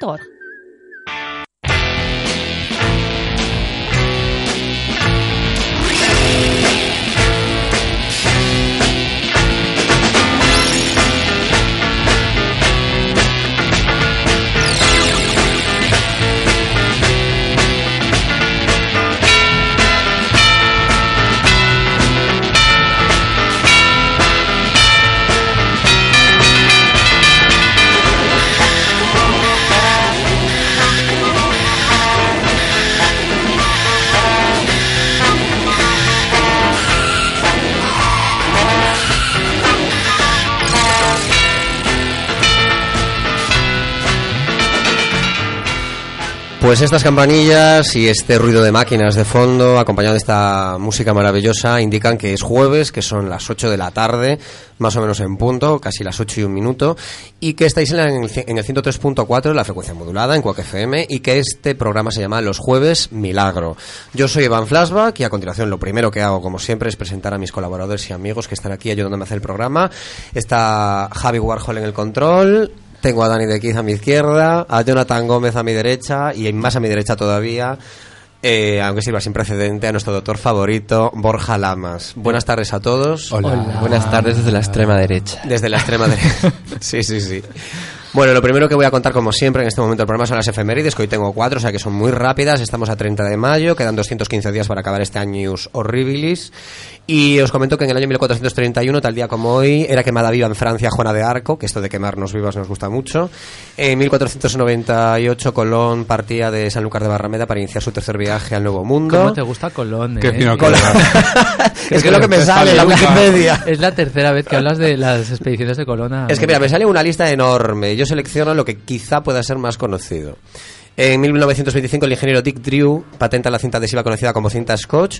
Thor. Pues estas campanillas y este ruido de máquinas de fondo, acompañado de esta música maravillosa, indican que es jueves, que son las 8 de la tarde, más o menos en punto, casi las 8 y un minuto, y que estáis en la- en el, ci- en el 103.4 de la frecuencia modulada, en Quack FM, y que este programa se llama Los Jueves Milagro. Yo soy Iván Flashback, y a continuación lo primero que hago, como siempre, es presentar a mis colaboradores y amigos que están aquí ayudándome a hacer el programa. Está Javi Warhol en el control, tengo a Dani de Quiz a mi izquierda, a Jonathan Gómez a mi derecha y más a mi derecha todavía, eh, aunque sirva sin precedente, a nuestro doctor favorito, Borja Lamas. Buenas tardes a todos. Buenas tardes desde la extrema derecha. Desde la extrema derecha. sí, sí, sí. Bueno, lo primero que voy a contar, como siempre, en este momento del programa son las efemérides, que hoy tengo cuatro, o sea que son muy rápidas. Estamos a 30 de mayo, quedan 215 días para acabar este Años Horribilis. Y os comento que en el año 1431, tal día como hoy, era quemada viva en Francia Juana de Arco, que esto de quemarnos vivas nos gusta mucho. En 1498, Colón partía de Sanlúcar de Barrameda para iniciar su tercer viaje al Nuevo Mundo. ¿Cómo te gusta Colón? Qué eh? fino, Colón. es que es lo que me sale en la Wikipedia. Es la tercera vez que hablas de las expediciones de Colón. a- Es que mira, me sale una lista enorme. Yo selecciono lo que quizá pueda ser más conocido. En 1925 el ingeniero Dick Drew patenta la cinta adhesiva conocida como cinta Scotch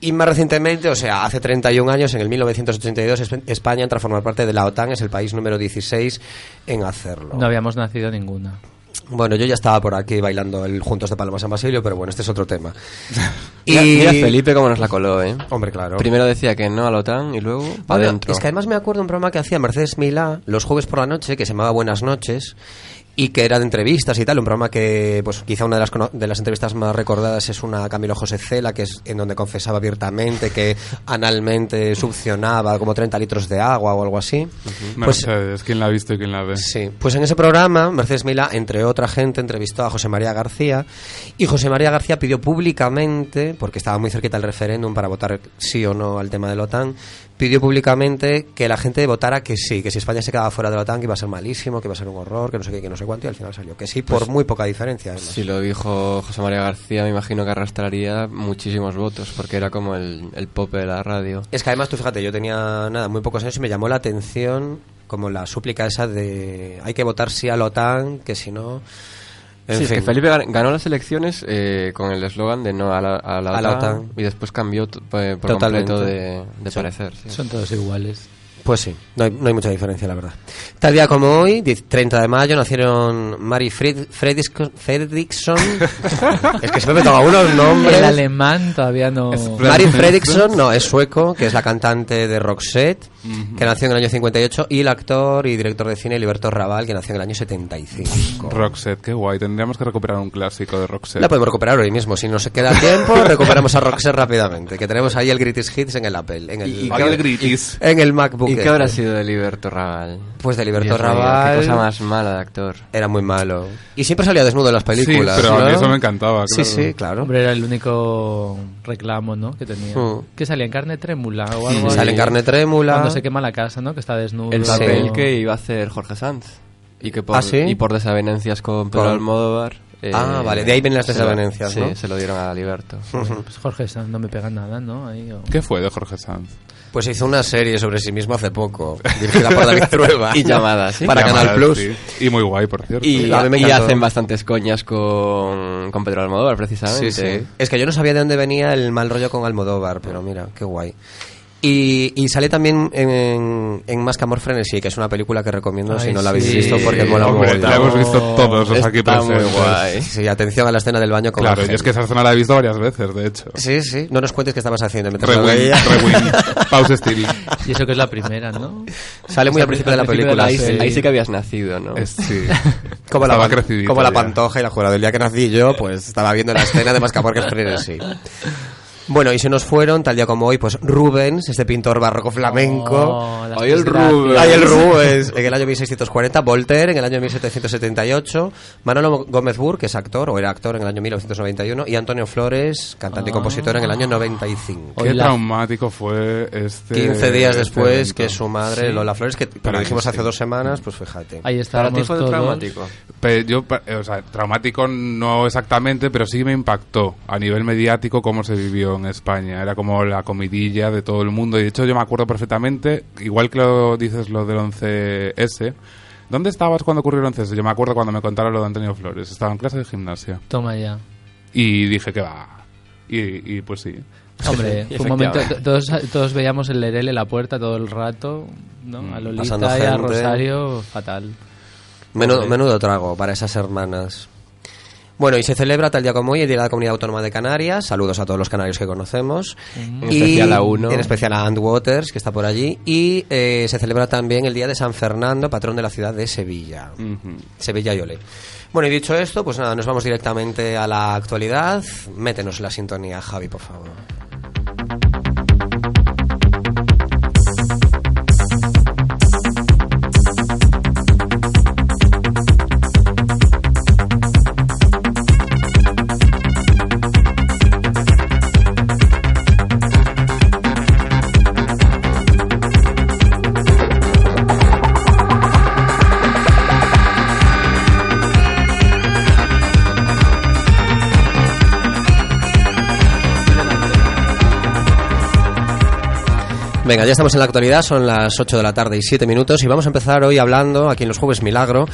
y más recientemente, o sea, hace 31 años, en el 1982, Esp- España entra a formar parte de la OTAN, es el país número 16 en hacerlo. No habíamos nacido ninguna. Bueno, yo ya estaba por aquí bailando el Juntos de Paloma San Basilio, pero bueno, este es otro tema. Mira, mira Felipe cómo nos la coló, ¿eh? Hombre, claro. Primero decía que no a la OTAN y luego pa' Bueno, adentro. Es que además me acuerdo un programa que hacía Mercedes Milá los jueves por la noche que se llamaba Buenas noches y que era de entrevistas y tal, un programa que pues quizá una de las, cono- de las entrevistas más recordadas es una a Camilo José Cela, que es en donde confesaba abiertamente que analmente succionaba como 30 litros de agua o algo así. Pues- Mercedes, ¿quién la ha visto y quién la ve? Sí, pues en ese programa Mercedes Milá, entre otra gente, entrevistó a José María García y José María García pidió públicamente, porque estaba muy cerquita el referéndum para votar sí o no al tema de la OTAN, pidió públicamente que la gente votara que sí, que si España se quedaba fuera de la OTAN que iba a ser malísimo, que iba a ser un horror, que no sé qué, que no sé cuánto y al final salió que sí Pues por muy poca diferencia. además. Si lo dijo José María García, me imagino que arrastraría muchísimos votos, porque era como el, el pop de la radio. Es que además tú fíjate, yo tenía nada, muy pocos años y me llamó la atención como la súplica esa de hay que votar sí a la OTAN, que si no en sí, es que fin. Felipe gan- ganó las elecciones eh, con el eslogan de no a la, a la A la OTAN, OTAN. y después cambió t- eh, por Totalmente. completo de, de parecer. sí. Son todos iguales. Pues sí, no hay, no hay mucha diferencia, la verdad. Tal día como hoy, 10 30 de mayo, nacieron Mary Fred, Fredisco- Fredrickson. es que siempre me toca unos El nombres. alemán todavía no. Mary Fredrickson, no, es sueco, que es la cantante de Roxette, que nació en el año 58, y el actor y director de cine Liberto Raval, que nació en el año 75. Roxette, qué guay. Tendríamos que recuperar un clásico de Roxette. La podemos recuperar hoy mismo, si nos queda tiempo, recuperamos a Roxette rápidamente, que tenemos ahí el Greatest Hits en el Apple, en el, Y- y Ay, el gritis. en el MacBook. ¿Y qué este. habrá sido de eh. Liberto Raval? Pues de Liberto Dios mío, Raval. Qué cosa más mala de actor. Era muy malo. Y siempre salía desnudo en las películas. Sí, pero a mí ¿no? eso me encantaba, Sí, claro. sí, claro. Hombre, era el único reclamo, ¿no? Que tenía. Hmm. Que salía en carne trémula o algo Sí, así. Sale en carne trémula. Cuando se quema la casa, ¿no? Que está desnudo. El Sí. papel que iba a hacer Jorge Sanz. Y que por, ¿Ah, sí? y por desavenencias con Pedro Con- Almodóvar. eh, Ah, vale, de ahí vienen las se lo- desavenencias, sí, ¿no? se lo dieron a Liberto. Pues Jorge Sanz no me pega nada, ¿no? Ahí, o- ¿Qué fue de Jorge Sanz? Pues hizo una serie sobre sí mismo hace poco, dirigida por David Trueba. Y llamadas, ¿sí? Para Llamadas, Canal Plus. sí. Y muy guay, por cierto. Y, Y a mí me y encantó. hacen bastantes coñas con, con Pedro Almodóvar, precisamente. Sí, sí. Es que yo no sabía de dónde venía el mal rollo con Almodóvar, pero mira, qué guay. Y, y sale también en, en, en Más que Amor Frenesí, que es una película que recomiendo Ay, si no la habéis sí. visto porque mola un Hombre, montón. la hemos visto todos los Está aquí muy presentes. guay. Sí, atención a la escena del baño con Claro, Ángel. yo es que esa zona la he visto varias veces, de hecho. Sí, sí, no nos cuentes qué estabas haciendo. mientras lo Rewind, veía. rewind, pause still. Y eso que es la primera, ¿no? Sale muy al principio de la Al principio película. de la Ahí, sí. sí- ahí sí que habías nacido, ¿no? Es- sí. Como la, Estaba pan- crecidito como la ya. pantoja y la jurada. El día que nací yo, pues estaba viendo la escena de Mascapor que sí. Bueno, y se nos fueron, tal día como hoy, pues Rubens, este pintor barroco flamenco. Oh, las Ay, el tres gracias. Rubén. Ay, el Rubens, en el año 1640, Voltaire en el año 1778, Manolo Gómez Burr, que es actor, o era actor en el año 1991, y Antonio Flores, cantante y compositor, en el año 95. Hoy Qué la- traumático fue este. 15 días este después evento. que su madre, Lola Flores, que lo Para dijimos mí hace sí. dos semanas, pues fíjate. Ahí Para estábamos ti fue todos. traumático. Pe- yo, pa- eh, o sea, traumático no exactamente, pero sí me impactó a nivel mediático cómo se vivió en España. Era como la comidilla de todo el mundo. Y de hecho yo me acuerdo perfectamente, igual que lo dices lo del 11S. ¿Dónde estabas cuando ocurrió el 11S? Yo me acuerdo cuando me contaron lo de Antonio Flores. Estaba en clase de gimnasia. Toma ya. Y dije que va. Y, y pues sí. Hombre, fue un momento. to- Todos, todos veíamos el Lerel en la puerta todo el rato, ¿no? A Lolita Mm. pasando y a gente. Rosario, fatal. Menudo, menudo trago para esas hermanas. Bueno, y se celebra tal día como hoy el Día de la Comunidad Autónoma de Canarias. Saludos a todos los canarios que conocemos. En especial a uno. Mm. En especial a Ant Waters, que está por allí. Y eh, se celebra también el Día de San Fernando, patrón de la ciudad de Sevilla. Sevilla y Ole. Bueno, y dicho esto, pues nada, nos vamos directamente a la actualidad. Métenos la sintonía, Javi, por favor. Venga, ya estamos en la actualidad, son las 8 de la tarde y 7 minutos y vamos a empezar hoy hablando, aquí en los Jueves Milagro,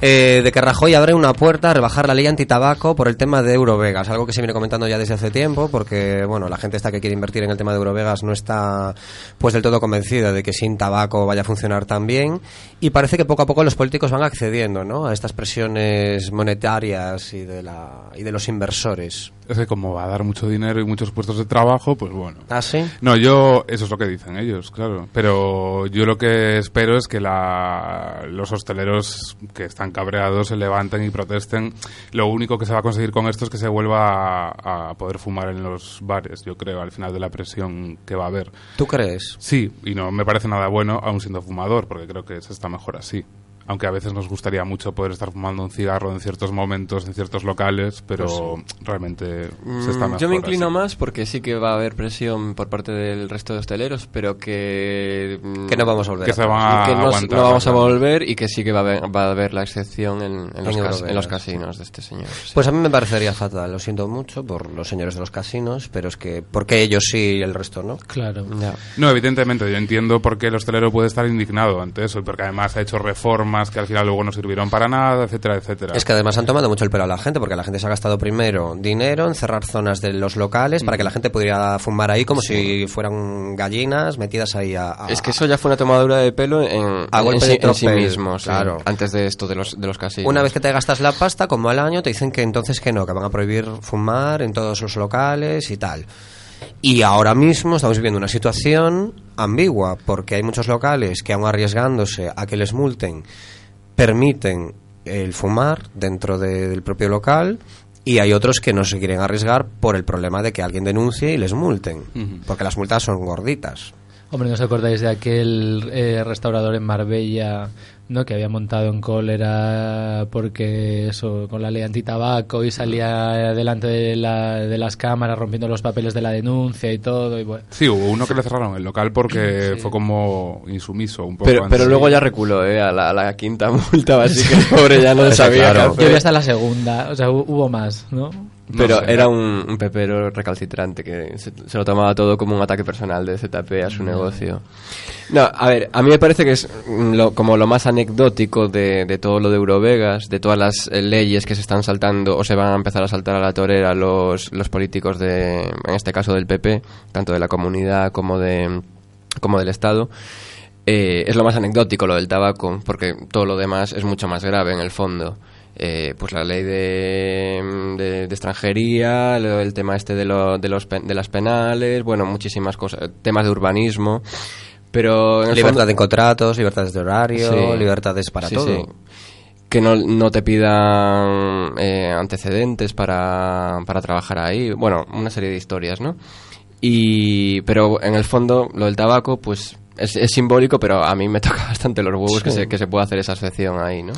eh, de que Rajoy abre una puerta a rebajar la ley antitabaco por el tema de Eurovegas, algo que se viene comentando ya desde hace tiempo porque, bueno, la gente esta que quiere invertir en el tema de Eurovegas no está pues del todo convencida de que sin tabaco vaya a funcionar tan bien y parece que poco a poco los políticos van accediendo, ¿no?, a estas presiones monetarias y de, la, y de los inversores. Es que como va a dar mucho dinero y muchos puestos de trabajo, pues bueno. ¿Ah, sí? No, yo, eso es lo que dicen ellos, claro. Pero yo lo que espero es que la, los hosteleros que están cabreados se levanten y protesten. Lo único que se va a conseguir con esto es que se vuelva a, a poder fumar en los bares, yo creo, al final de la presión que va a haber. ¿Tú crees? Sí, y no me parece nada bueno, aún siendo fumador, porque creo que se está mejor así. Aunque a veces nos gustaría mucho poder estar fumando un cigarro en ciertos momentos, en ciertos locales, pero realmente se está Pues Mm, mejor Yo me inclino así. más porque sí que va a haber presión por parte del resto de hosteleros, pero que... mm, Que no vamos a volver. Que a- se van a que no, aguantar. no vamos a bastante. volver y que sí que va a haber, va a haber la excepción en, en los En cas- Eurovegas. en los casinos de este señor. sí. Pues a mí me parecería fatal, lo siento mucho por los señores de los casinos, pero es que, ¿por qué ellos sí y el resto no? Claro. Ya. No, evidentemente, yo entiendo por qué el hostelero puede estar indignado ante eso, porque además ha hecho reformas que al final luego no sirvieron para nada, etcétera, etcétera. Es que además han tomado mucho el pelo a la gente, porque la gente se ha gastado primero dinero en cerrar zonas de los locales para que Mm. la gente pudiera fumar ahí como si fueran gallinas metidas ahí a... a- Es que eso ya fue una tomadura de pelo en, ah. A en golpe sí- de en sí tropel, mismo, sí, claro. antes de esto de los, de los casinos. Una vez que te gastas la pasta, como al año, te dicen que entonces que no, que van a prohibir fumar en todos los locales y tal. Y ahora mismo estamos viviendo una situación ambigua, porque hay muchos locales que aún arriesgándose a que les multen, permiten el fumar dentro de- del propio local. Y hay otros que no se quieren arriesgar por el problema de que alguien denuncie y les multen. Porque las multas son gorditas. Hombre, ¿no os acordáis de aquel eh, restaurador en Marbella ¿no? que había montado en cólera porque eso, con la ley antitabaco y salía delante de, la- de las cámaras rompiendo los papeles de la denuncia y todo? Y bueno. Sí, hubo uno que le cerraron el local porque fue como insumiso un poco. pero, antes. pero luego ya reculó ¿eh? a, la, a la quinta multa, así que el pobre ya no Eso, sabía. claro. Yo qué vi hacer. hasta la segunda, o sea, hu- hubo más, ¿no? No Pero sé. era un, un pepero recalcitrante que se, se lo tomaba todo como un ataque personal de ZP Mm. a su negocio. No, a ver, a mí me parece que es mm, lo- como lo más anecdótico de, de todo lo de Eurovegas, de todas las eh, leyes que se están saltando o se van a empezar a saltar a la torera los, los políticos de, en este caso del PP, tanto de la comunidad como de como del Estado, eh, es lo más anecdótico lo del tabaco, porque todo lo demás es mucho más grave en el fondo. Eh, pues la ley de, de, de extranjería, lo- el tema este de, lo- de, los, pe- de las penales, bueno, muchísimas cosas, temas de urbanismo, pero... en el Libertad fondo- de contratos, libertades de horario, Sí. libertades para Sí, todo. sí. Que no, no te pidan eh, antecedentes para, para trabajar ahí. Bueno, una serie de historias, ¿no? Y, pero en el fondo, lo del tabaco, pues es, es simbólico, pero a mí me toca bastante los huevos que, se, que se pueda hacer esa excepción ahí, ¿no?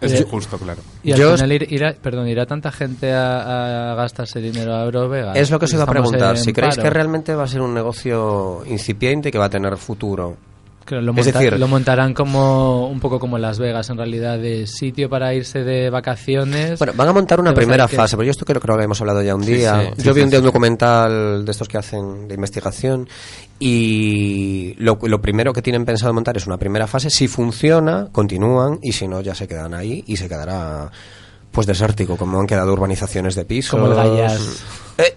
Es Eh, injusto, claro. Y al Yo- final ir, irá- perdón, irá tanta gente a, a gastarse dinero a Eurovegas. Es lo que os iba a Estamos preguntar. en Si creéis paro. que realmente va a ser un negocio incipiente que va a tener futuro. Que lo, Es monta- decir- lo montarán como un poco como Las Vegas, en realidad, de sitio para irse de vacaciones. Bueno, van a montar una Te vas a primera ver que- fase, pero yo esto creo, creo que hemos hablado ya un Sí, día. sí, sí, yo vi sí, un día sí. un documental de estos que hacen de investigación y lo, lo primero que tienen pensado montar es una primera fase. Si funciona, continúan y si no, ya se quedan ahí y se quedará pues desértico, como han quedado urbanizaciones de pisos. Como el Gallás. Eh,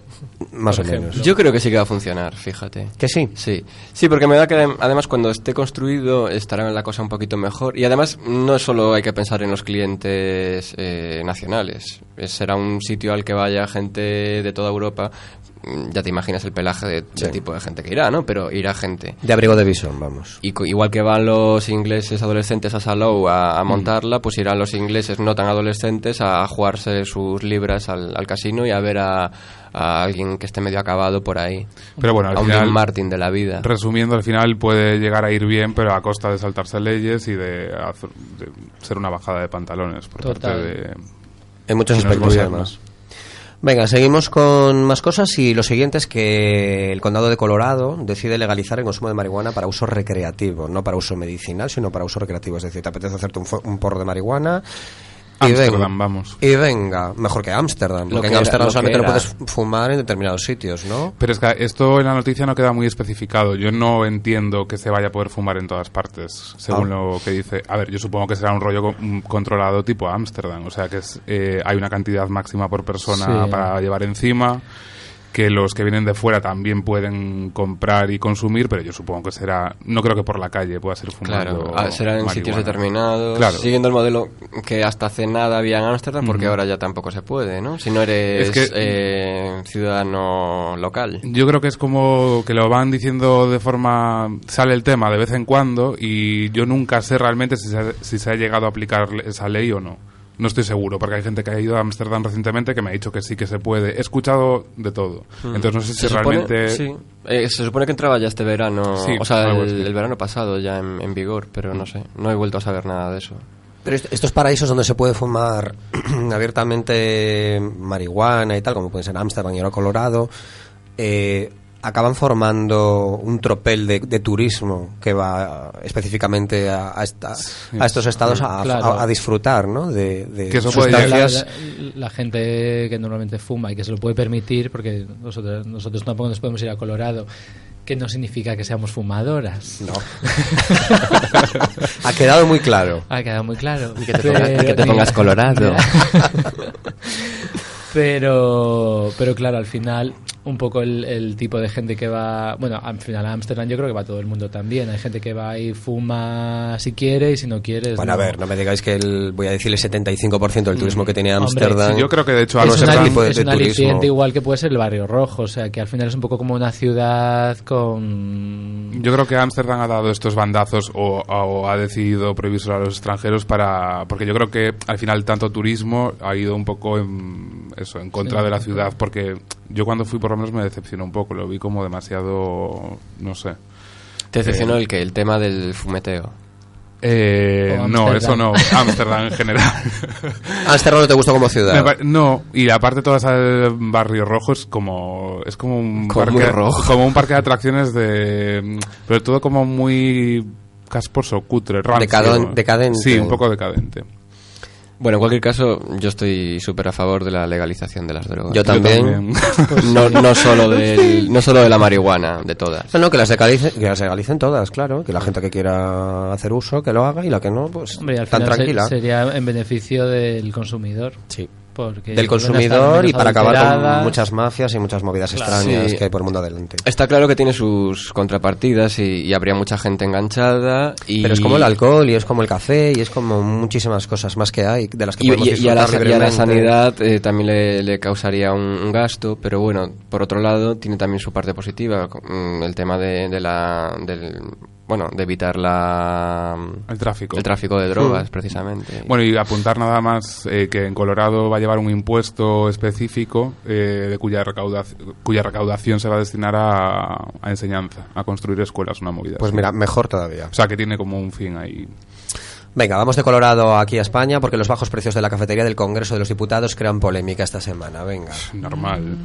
más o menos. Yo creo que sí que va a funcionar, fíjate. Que sí. Sí, sí, porque me da que adem- además cuando esté construido estará la cosa un poquito mejor. Y además no solo hay que pensar en los clientes eh, nacionales. Eh, Será un sitio al que vaya gente de toda Europa. Mm, Ya te imaginas el pelaje de, del tipo de gente que irá, ¿no? Pero irá gente. De abrigo de visón, vamos. Y co- igual que van los ingleses adolescentes a Salou a, a Mm. montarla, pues irán los ingleses no tan adolescentes a, a jugarse sus libras al, al casino y a ver a, a alguien que esté medio acabado por ahí. Pero bueno, al a un Dean final, Martin de la vida. resumiendo, al final puede llegar a ir bien, pero a costa de saltarse leyes y de, hacer- de ser una bajada de pantalones por Total. parte de... En muchos Y los aspectos, gobiernos. además. Venga, seguimos con más cosas y lo siguiente es que el condado de Colorado decide legalizar el consumo de marihuana para uso recreativo, no para uso medicinal, sino para uso recreativo. Es decir, te apetece hacerte un, fo- un porro de marihuana y Ámsterdam, venga, vamos. Y venga, mejor que Ámsterdam, Lo porque que en era, Ámsterdam lo que solamente lo era. puedes fumar en determinados sitios, ¿no? Pero es que esto en la noticia no queda muy especificado. Yo no entiendo que se vaya a poder fumar en todas partes, según Ah. lo que dice. A ver, yo supongo que será un rollo co- mm, controlado tipo Ámsterdam. O sea, que es, eh, hay una cantidad máxima por persona Sí. para llevar encima. Que los que vienen de fuera también pueden comprar y consumir, pero yo supongo que será. No creo que por la calle pueda ser fumado. Claro, ah, serán en sitios determinados, Claro. siguiendo el modelo que hasta hace nada había en Ámsterdam, porque ahora ya tampoco se puede, ¿no? Si no eres Es que- eh, ciudadano local. Yo creo que es como que lo van diciendo de forma... sale el tema de vez en cuando y yo nunca sé realmente si se ha, si se ha llegado a aplicar esa ley o no. No estoy seguro, porque hay gente que ha ido a Ámsterdam recientemente que me ha dicho que sí que se puede. He escuchado de todo. Entonces no sé si Hmm. Se supone- realmente... sí. Eh, se supone que entraba ya este verano, Sí, o sea, algo el, así. Mm. el verano pasado ya en, en vigor, pero no sé, no he vuelto a saber nada de eso. Pero est- estos paraísos donde se puede fumar abiertamente marihuana y tal, como pueden ser Ámsterdam y ahora Colorado, eh, acaban formando un tropel de, de turismo que va específicamente a, a esta- a estos estados a, a- Claro. a disfrutar, ¿no? De, de Que eso puede La, la- sustancias. la gente que normalmente fuma y que se lo puede permitir, porque nosotros, nosotros tampoco nos podemos ir a Colorado, que no significa que seamos fumadoras. No. ha quedado muy claro. Ha quedado muy claro. Y que te ponga- Pero- y que te pongas colorado. pero, pero claro, al final, un poco el, el tipo de gente que va. Bueno, al final a Ámsterdam yo creo que va todo el mundo también. Hay gente que va y fuma si quiere y si no quiere. Bueno, a ver, no me digáis que el, voy a decir el 75% del turismo que tiene Ámsterdam. sí, yo creo que de hecho no Mm, es, es un el ali- tipo de- es de un turismo. aliciente igual que puede ser el Barrio Rojo, o sea que al final es un poco como una ciudad con... Yo creo que Ámsterdam ha dado estos bandazos o, o ha decidido prohibirse a los extranjeros para porque yo creo que al final tanto turismo ha ido un poco en eso en contra de la ciudad porque yo cuando fui por lo menos me decepcionó un poco lo vi como demasiado no sé Te decepcionó el que el tema del fumeteo. Eh, O no Ámsterdam. eso no Ámsterdam en general Ámsterdam no te gustó como ciudad. Me pare- no, y aparte todo ese barrio rojo es como es como un Como muy parque rojo. como un parque de atracciones de pero todo como muy casposo, cutre, rancio. Decadon- decadente. Sí, un poco decadente. Bueno, en cualquier caso, yo estoy súper a favor de la legalización de las drogas. Yo también. No, no solo del, no solo de la marihuana, de todas. No, no, que las, legalicen, que las legalicen todas, claro. Que la gente que quiera hacer uso, que lo haga y la que no, pues Hombre, al tan final se- tranquila. sería en beneficio del consumidor. Sí. porque del algunas están consumidor y menos para acabar con adulteradas. muchas mafias y muchas movidas extrañas Sí. que hay por el mundo adelante. Está claro que tiene sus contrapartidas y, y habría mucha gente enganchada. Y, Pero es como el alcohol y es como el café y es como muchísimas cosas más que hay de las que Y, podemos y- y a la, disfrutar y a la libremente. sanidad eh, también le, le causaría un, un gasto, pero bueno, por otro lado tiene también su parte positiva, mm, el tema de, de la, del, bueno, de evitar la, El tráfico. el tráfico de drogas, precisamente. Mm. Bueno, y apuntar nada más eh, que en Colorado va a llevar un impuesto específico eh, de cuya, recaudación, cuya recaudación se va a destinar a, a enseñanza, a construir escuelas, una movida. Pues así. mira, mejor todavía. O sea, que tiene como un fin ahí. Venga, vamos de Colorado aquí a España porque los bajos precios de la cafetería del Congreso de los Diputados crean polémica esta semana. Venga. Normal.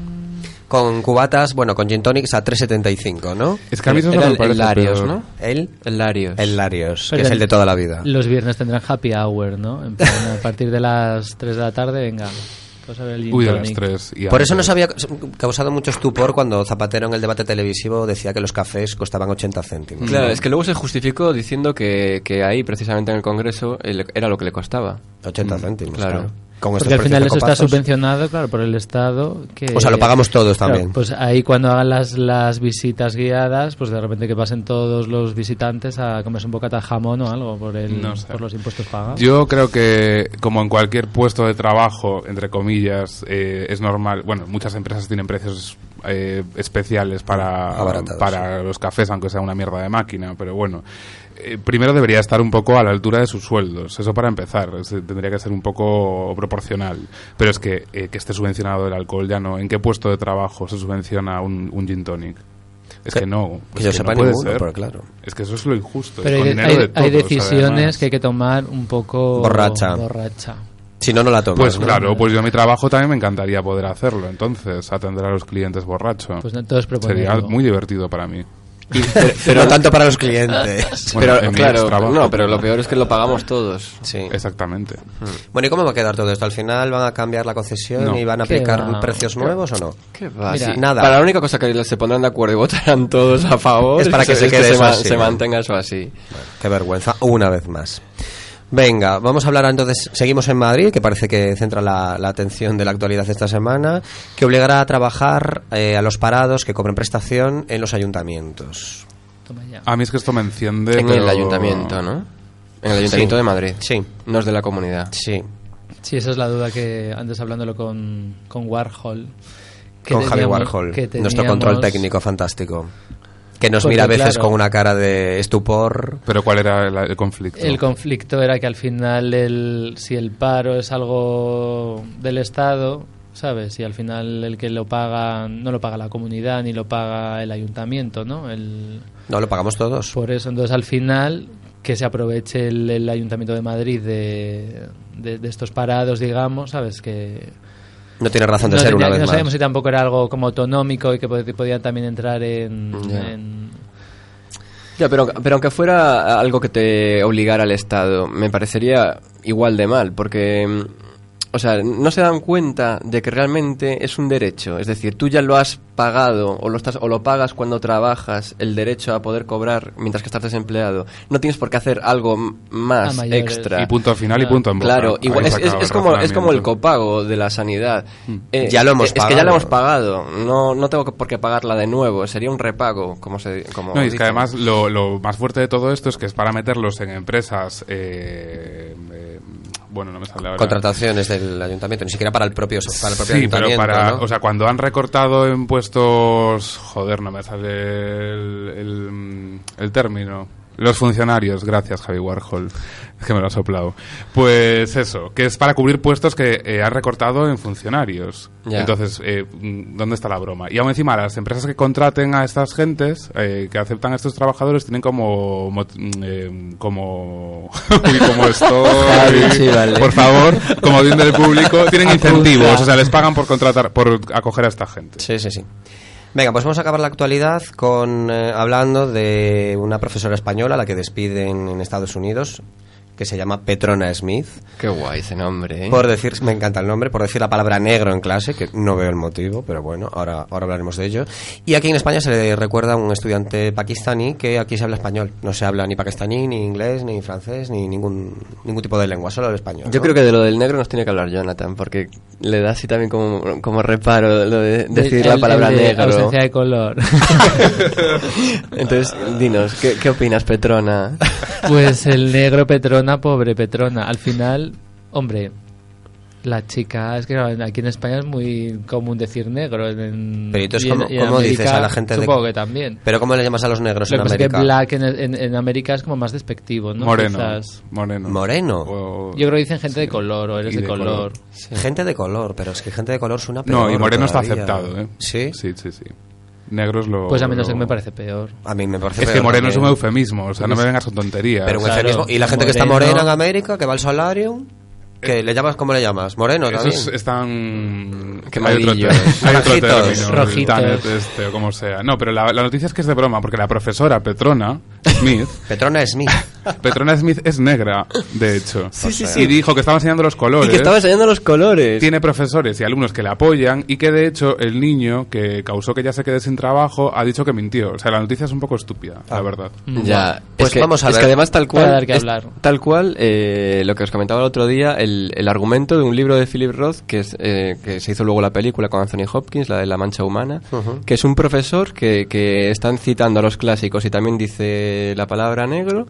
Con cubatas, bueno, con gin tonics a 3.75, ¿no? Es que a mí eso no Era me parece. el Larios, peor. ¿no? El, El Larios. el Larios, que Pero es Pues el- el de toda la vida. Los viernes tendrán happy hour, ¿no? En plan, a partir de las 3 de la tarde, venga. Vamos a ver el gin Uy, de tonic. las tres. y Por eso antes. nos había causado mucho estupor cuando Zapatero en el debate televisivo decía que los cafés costaban 80 céntimos. Mm. Claro, es que luego se justificó diciendo que, que ahí, precisamente en el Congreso, el- era lo que le costaba. 80 céntimos, claro. claro. Con estos Mm, Porque al precios final de eso está copazos. subvencionado, claro, por el Estado. Que, O sea, lo pagamos todos Claro, también. pues ahí cuando hagan las, las visitas guiadas, pues de repente que pasen todos los visitantes a comerse un bocata de jamón o algo por, el, No sé. por los impuestos pagados. Yo creo que, como en cualquier puesto de trabajo, entre comillas, eh, es normal. Bueno, muchas empresas tienen precios eh, especiales para, Abaratados, para los cafés, aunque sea una mierda de máquina, pero bueno. eh, primero debería estar un poco a la altura de sus sueldos, eso para empezar, es- eh, tendría que ser un poco proporcional. Pero es que eh, que esté subvencionado el alcohol ya no. ¿En qué puesto de trabajo se subvenciona un, un gin tonic? Es que, no. que es yo no sepa puede ninguno, ser. pero claro. Es que eso es lo injusto. Pero es hay, con de- dinero hay- de hay todos, decisiones además. que hay que tomar un poco Borracha. borracha. Si no, no la tomas. Pues ¿no? claro, pues yo en mi trabajo también me encantaría poder hacerlo, entonces atender a los clientes borracho. Pues no todos proponen. Sería algo. muy divertido para mí. Pero no tanto para los clientes. Bueno, en pero mi claro, extrabajo. no, pero lo peor es que lo pagamos todos. Sí. Exactamente. Bueno, ¿y cómo va a quedar todo esto? ¿Al final van a cambiar la concesión No. y van a ¿Qué aplicar va? precios nuevos o no? ¿Qué va? Mira, Sí, nada. Para la única cosa que se pondrán de acuerdo y votarán todos a favor Es para que se quede se, eso ma- así, se ¿no? mantenga eso así. Qué vergüenza, una vez más. Venga, vamos a hablar entonces, seguimos en Madrid, que parece que centra la, la atención de la actualidad esta semana, que obligará a trabajar eh, a los parados que cobren prestación en los ayuntamientos. Toma ya. A mí es que esto me enciende. En pero- el ayuntamiento, ¿no? En el ayuntamiento de Madrid. Sí. No es de la comunidad. Sí, Sí, esa es la duda que antes hablándolo con, con Warhol. que con Javi teníamos- Warhol, que nuestro teníamos- control técnico fantástico, que nos Porque, mira a veces claro. con una cara de estupor. Pero ¿cuál era el, el conflicto? El conflicto era que al final, el, si el paro es algo del Estado, ¿sabes? Y al final el que lo paga no lo paga la comunidad ni lo paga el ayuntamiento, ¿no? El, No, lo pagamos todos. por eso, entonces al final que se aproveche el, el ayuntamiento de Madrid de, de- de estos parados, digamos, ¿sabes? Que, No tiene razón de no, ser tenía- una vez no más. sabíamos si tampoco era algo como autonómico y que pod- podían también entrar en... Ya. en- Ya, pero, pero aunque fuera algo que te obligara al Estado, me parecería igual de mal, porque, mm, o sea, no se dan cuenta de que realmente es un derecho. Es decir, tú ya lo has pagado o lo, estás, o lo pagas cuando trabajas, el derecho a poder cobrar mientras que estás desempleado. No tienes por qué hacer algo m- más A mayores. extra. Y punto Ah. final y punto en boca. Claro, Ahí igual, se es, es- acaba es como, es como el razonamiento. copago de la sanidad. Mm. Eh, Ya lo hemos es que ya lo pagado. hemos pagado. No, no tengo por qué pagarla de nuevo. Sería un repago, como se como No, y es que dicen. además lo, lo más fuerte de todo esto es que es para meterlos en empresas. eh, eh, bueno, no me sale ahora. Contrataciones del ayuntamiento, ni siquiera para el propio, pues, para el propio sí, pero ayuntamiento. para, ¿no? o sea, cuando han recortado en puestos, joder, no me sale el, el, mm, el término. Los funcionarios, gracias Javi Warhol, es que me lo ha soplado. Pues eso, que es para cubrir puestos que eh, han recortado en funcionarios. Ya. Entonces, eh, mm, ¿dónde está la broma? Y aún encima, las empresas que contraten a estas gentes, eh, que aceptan a estos trabajadores, tienen como... mot- mm, eh, como... uy, como estoy... Sí, vale. Por favor, como bien del público, tienen incentivos, o sea, les pagan por contratar, por acoger a esta gente. Sí, sí, sí. Venga, pues vamos a acabar la actualidad con eh, hablando de una profesora española, a la que despiden en Estados Unidos, que se llama Petrona Smith. Qué guay ese nombre, ¿eh? Por decir, me encanta el nombre, por decir la palabra negro en clase, que no veo el motivo, pero bueno, ahora, ahora hablaremos de ello. Y aquí en España se le recuerda a un estudiante pakistaní que aquí se habla español. No se habla ni pakistaní, ni inglés, ni francés, ni ningún, ningún tipo de lengua, solo el español. Yo ¿no? creo que de lo del negro nos tiene que hablar Jonathan, porque le da así también como, como reparo lo de decir El- la el palabra de negro. Ausencia de color. Entonces, dinos, ¿qué, qué opinas, Petrona? Pues el negro Petrona, pobre Petrona. Al final, hombre, la chica, es que claro, aquí en España es muy común decir negro. En, Pero entonces, y en- ¿cómo- y en cómo dices América a la gente de- Supongo que también. Pero ¿cómo le llamas a los negros Lo en que pasa es que América? black en, en- en América es como más despectivo, ¿no? Moreno. Quizás. Moreno. Moreno. O- Yo creo que dicen gente de color o eres Y de, de color. color. Gente de color, pero es que gente de color suena peor No, y Moreno está todavía. aceptado, ¿eh? ¿Sí? Sí, sí, sí. Negros lo... Pues a mí no lo- sé qué me parece peor. A mí me parece Es que peor Moreno es un también. eufemismo, o sea, no me vengas con tonterías. Pero un Claro, eufemismo. Y la gente que está moreno. morena en América, que va al salario, que le llamas, ¿cómo le llamas? Moreno Eso también. es, es tan... Quemadillos. Hay otro Rojitos, término. rojitos. tan- este, o como sea. No, pero la, la noticia es que es de broma, porque la profesora Petrona Smith... Petrona Smith. Petrona Smith es negra, de hecho. Sí, sí, O sea, sí. Y dijo que estaba enseñando los colores. Y que estaba enseñando los colores. Tiene profesores y alumnos que le apoyan y que de hecho el niño que causó que ella se quede sin trabajo ha dicho que mintió. O sea, la noticia es un poco estúpida, Ah. la verdad. Ya, Pues es que, vamos a es ver. que además tal Puede dar cual, que es- hablar. tal cual eh, lo que os comentaba el otro día, el, el argumento de un libro de Philip Roth que, es, eh, que se hizo luego la película con Anthony Hopkins, la de La Mancha Humana, que es un profesor que, que están citando a los clásicos y también dice la palabra negro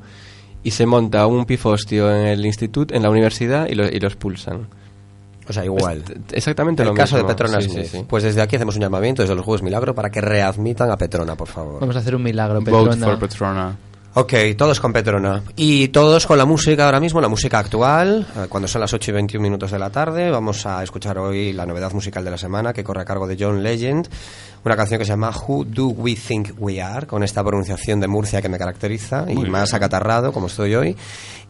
y se monta un pifostio en el instituto, en la universidad y lo, y lo expulsan. O sea, igual. T- Exactamente lo el caso de mismo. Petrona Sí, Smith. sí, sí. Pues desde aquí hacemos un llamamiento desde los Juegos Milagro para que readmitan a Petrona, por favor. Vamos a hacer un milagro, Vote Petrona. for Petrona. Ok, todos con Petrona. Y todos con la música ahora mismo, la música actual. eh, Cuando son las 8 y 21 minutos de la tarde, vamos a escuchar hoy la novedad musical de la semana que corre a cargo de John Legend. Una canción que se llama Who Do We Think We Are, con esta pronunciación de Murcia que me caracteriza y Muy bien. más acatarrado como estoy hoy.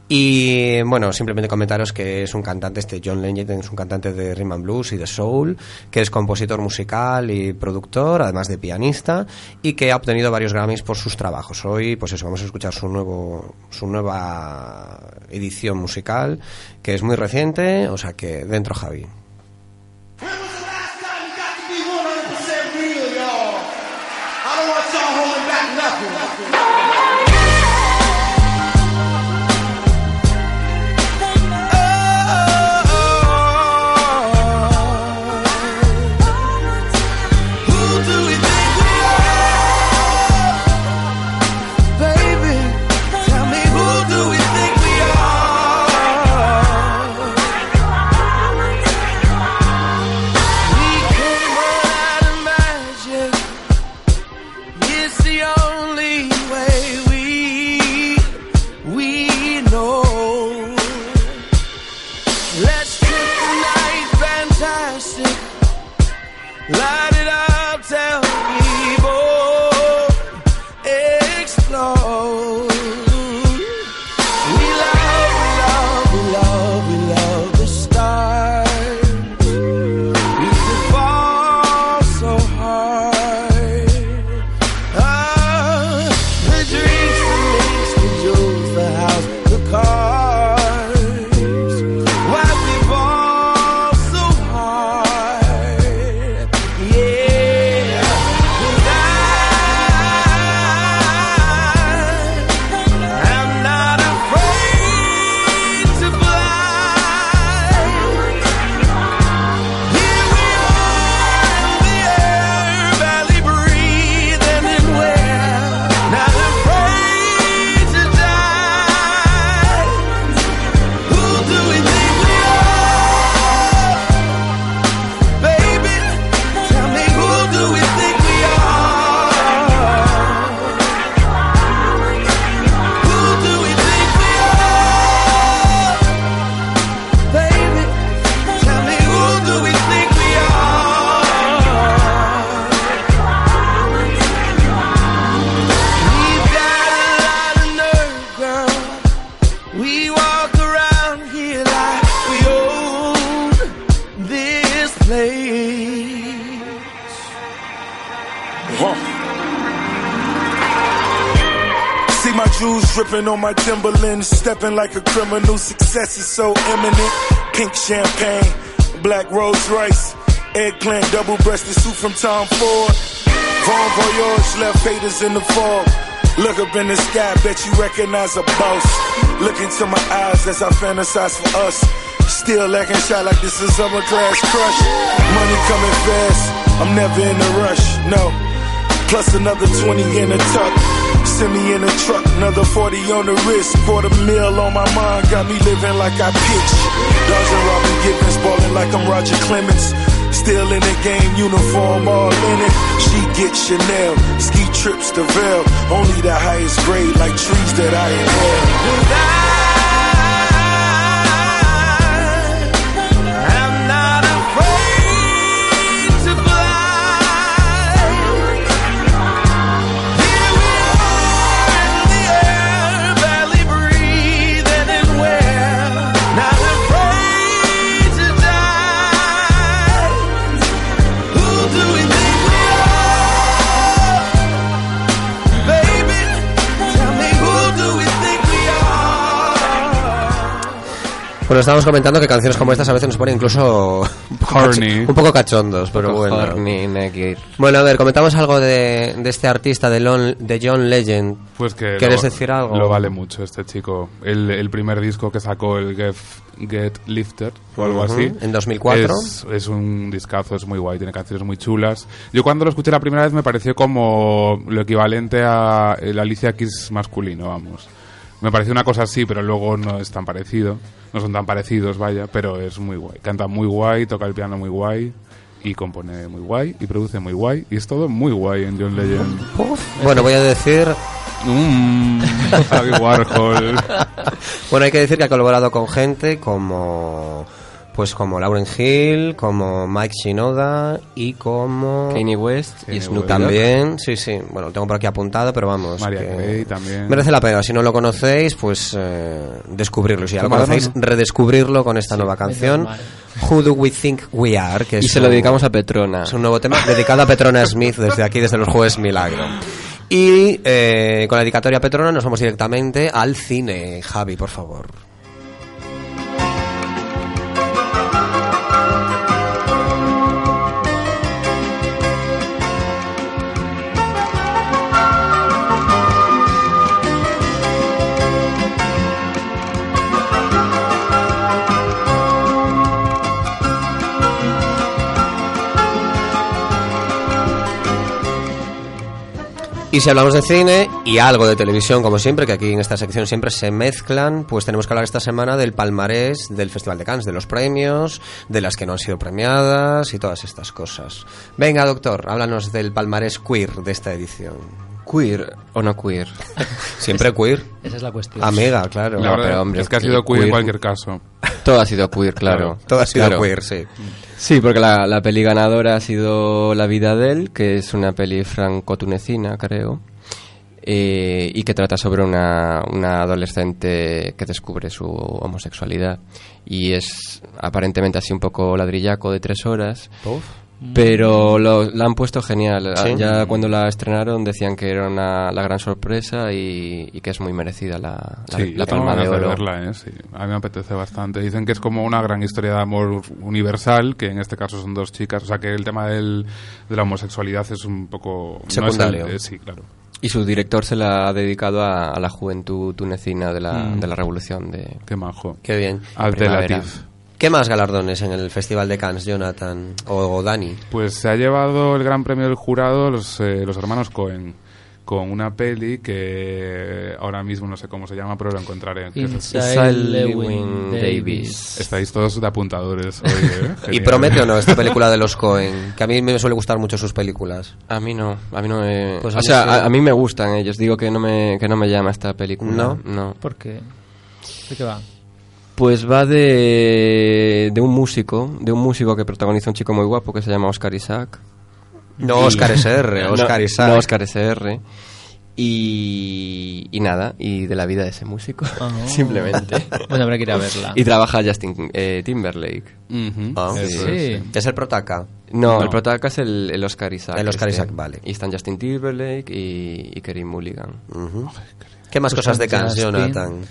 Y bueno, simplemente comentaros que es un cantante, este John Legend es un cantante de rhythm and blues y de soul, que es compositor musical y productor, además de pianista, y que ha obtenido varios Grammys por sus trabajos. Hoy, pues eso, vamos a escuchar su nuevo, su nueva edición musical, que es muy reciente, o sea que dentro Javi. When was the last time you got to be 100% real, y'all? I don't want y'all holding back nothing. Who do we think we are? Baby, tell me who do we think we are? We cannot imagine. It's the only way we we know. Let's take the night fantastic. Light it up, tell people explode. We love, we love, we love, we love the stars. We could fall so hard. Ah, the drinks, the links, the jewels, the house, the cars. Why we fall so hard? Yeah, 'Cause I am not afraid to fly. Here we are in the air, barely breathing, and we're not afraid to die. Who do we think we are, baby? Tell me, who do we think we are? Who do we think we are? Baby, tell me who do we think we are? We've got a lot of nerve, girl. We walk around here like we own this place. See my Jewels dripping on my Timberlands, stepping like a criminal. Success is so imminent. Pink champagne, black Rolls Royce, eggplant double-breasted suit from Tom Ford. Von Voyage left haters in the fog. Look up in the sky, bet you recognize a boss. Look into my eyes as I fantasize for us. Still lacking shot like this is summer class crush. Money coming fast, I'm never in a rush, no. Plus another 20 in a tuck. Send me in a truck, another 40 on the wrist. Quarter mil on my mind, got me living like I pitch. Dodging Robin Givens, balling like I'm Roger Clemens. Still in the game, uniform all in it. She gets Chanel, ski trips to Vail. Only the highest grade, like trees that I inhale. I'm not afraid to fly. Here we are in the air, barely breathing and well. Not afraid to die. Who do we think we are, baby? Tell me, who do we think we are? Bueno, estábamos comentando que canciones como estas a veces nos ponen incluso un poco Horny. cacho- un poco cachondos, pero bueno. Horny, Negir. Bueno, a ver, comentamos algo de, de este artista de, Lon- de John Legend. Pues que ¿Quieres lo- decir algo? Lo vale mucho este chico. El, el primer disco que sacó, el Get, Get Lifted o algo Ujú, así. en 2004. Es, es un discazo, es muy guay, tiene canciones muy chulas. Yo cuando lo escuché la primera vez me pareció como lo equivalente a el Alicia Keys masculino, vamos. Me pareció una cosa así, pero luego no es tan parecido. No son tan parecidos, vaya, pero es muy guay. Canta muy guay, toca el piano muy guay. Y compone muy guay, y produce muy guay, y es todo muy guay en John Legend. Bueno, voy a decir Mm, Javi Warhol. Bueno, hay que decir que ha colaborado con gente como pues como Lauren Hill, como Mike Shinoda y como Kanye West y Kanye Snoop West. Dogg. también, sí, sí, bueno, lo tengo por aquí apuntado, pero vamos. Mariah que Carey también. Merece la pena, si no lo conocéis, pues eh, descubrirlo. Si ya lo Tomadlo, conocéis, ¿no? redescubrirlo con esta nueva canción. normal. Who Do We Think We Are, que Y es se lo un- dedicamos a Petrona. es un nuevo tema dedicado a Petrona Smith desde aquí, desde los Jueves Milagro. Y eh, con la dedicatoria a Petrona nos vamos directamente al cine. Javi, por favor. Y si hablamos de cine y algo de televisión, como siempre, que aquí en esta sección siempre se mezclan, pues tenemos que hablar esta semana del palmarés del Festival de Cannes, de los premios, de las que no han sido premiadas y todas estas cosas. Venga, doctor, háblanos del palmarés queer de esta edición. ¿Queer o no queer? Pues, Siempre queer. Esa es la cuestión. Amiga, claro. eh, La No, verdad pero, hombre, es que ha el sido queer en queer- cualquier caso. Todo ha sido queer, claro. Todo ha sido Claro. queer, sí. Sí, porque la, la peli ganadora ha sido La vida de él, que es una peli franco-tunecina, creo, eh, y que trata sobre una, una adolescente que descubre su homosexualidad. Y es aparentemente así un poco ladrillaco de tres horas. Mm. Pero lo- la han puesto genial. Ah, Sí. Ya cuando la estrenaron decían que era una- la gran sorpresa y, y que es muy merecida la, la- Sí, la yo tengo palma de ganas oro. verla, ¿eh? Sí, a mí me apetece bastante. Dicen que es como una gran historia de amor universal, que en este caso son dos chicas. O sea, que el tema del, de la homosexualidad es un poco... no es el- Secundario. eh, sí, claro. Y su director se la ha dedicado a, a la juventud tunecina de la, de la revolución de... Qué majo. Qué bien. Altelatif. Primavera. ¿Qué más galardones en el Festival de Cannes, Jonathan o, o Dani? Pues se ha llevado el gran premio del jurado los, eh, los hermanos Cohen con una peli que ahora mismo no sé cómo se llama, pero lo encontraré. Que es- Inside Lewin Davis. Estáis todos de apuntadores hoy, ¿eh? ¿Y Genial. promete o no esta película de los Cohen? Que a mí me suele gustar mucho sus películas. A mí no, a mí no me... Pues a o mí sea, sí. a, a mí me gustan ellos, digo que no me, que no me llama esta película. ¿No? No. ¿Por qué? ¿De qué va? Pues va de, de un músico, de un músico que protagoniza un chico muy guapo que se llama Oscar Isaac. No, Oscar SR, Oscar No, Isaac. No, Oscar SR. Y, y nada, y de la vida de ese músico, Ah. simplemente. Bueno, habrá que ir a verla. y trabaja Justin eh, Timberlake. Ujú, Ah, eso sí. es, Es el protaca. No, No. el protagonista es el, el Oscar Isaac. este. El Oscar Isaac, vale. Mm. Y están Justin Timberlake y, y Karim Mulligan. Ujú. ¿Qué más Pues cosas de Justin. Cans, Jonathan?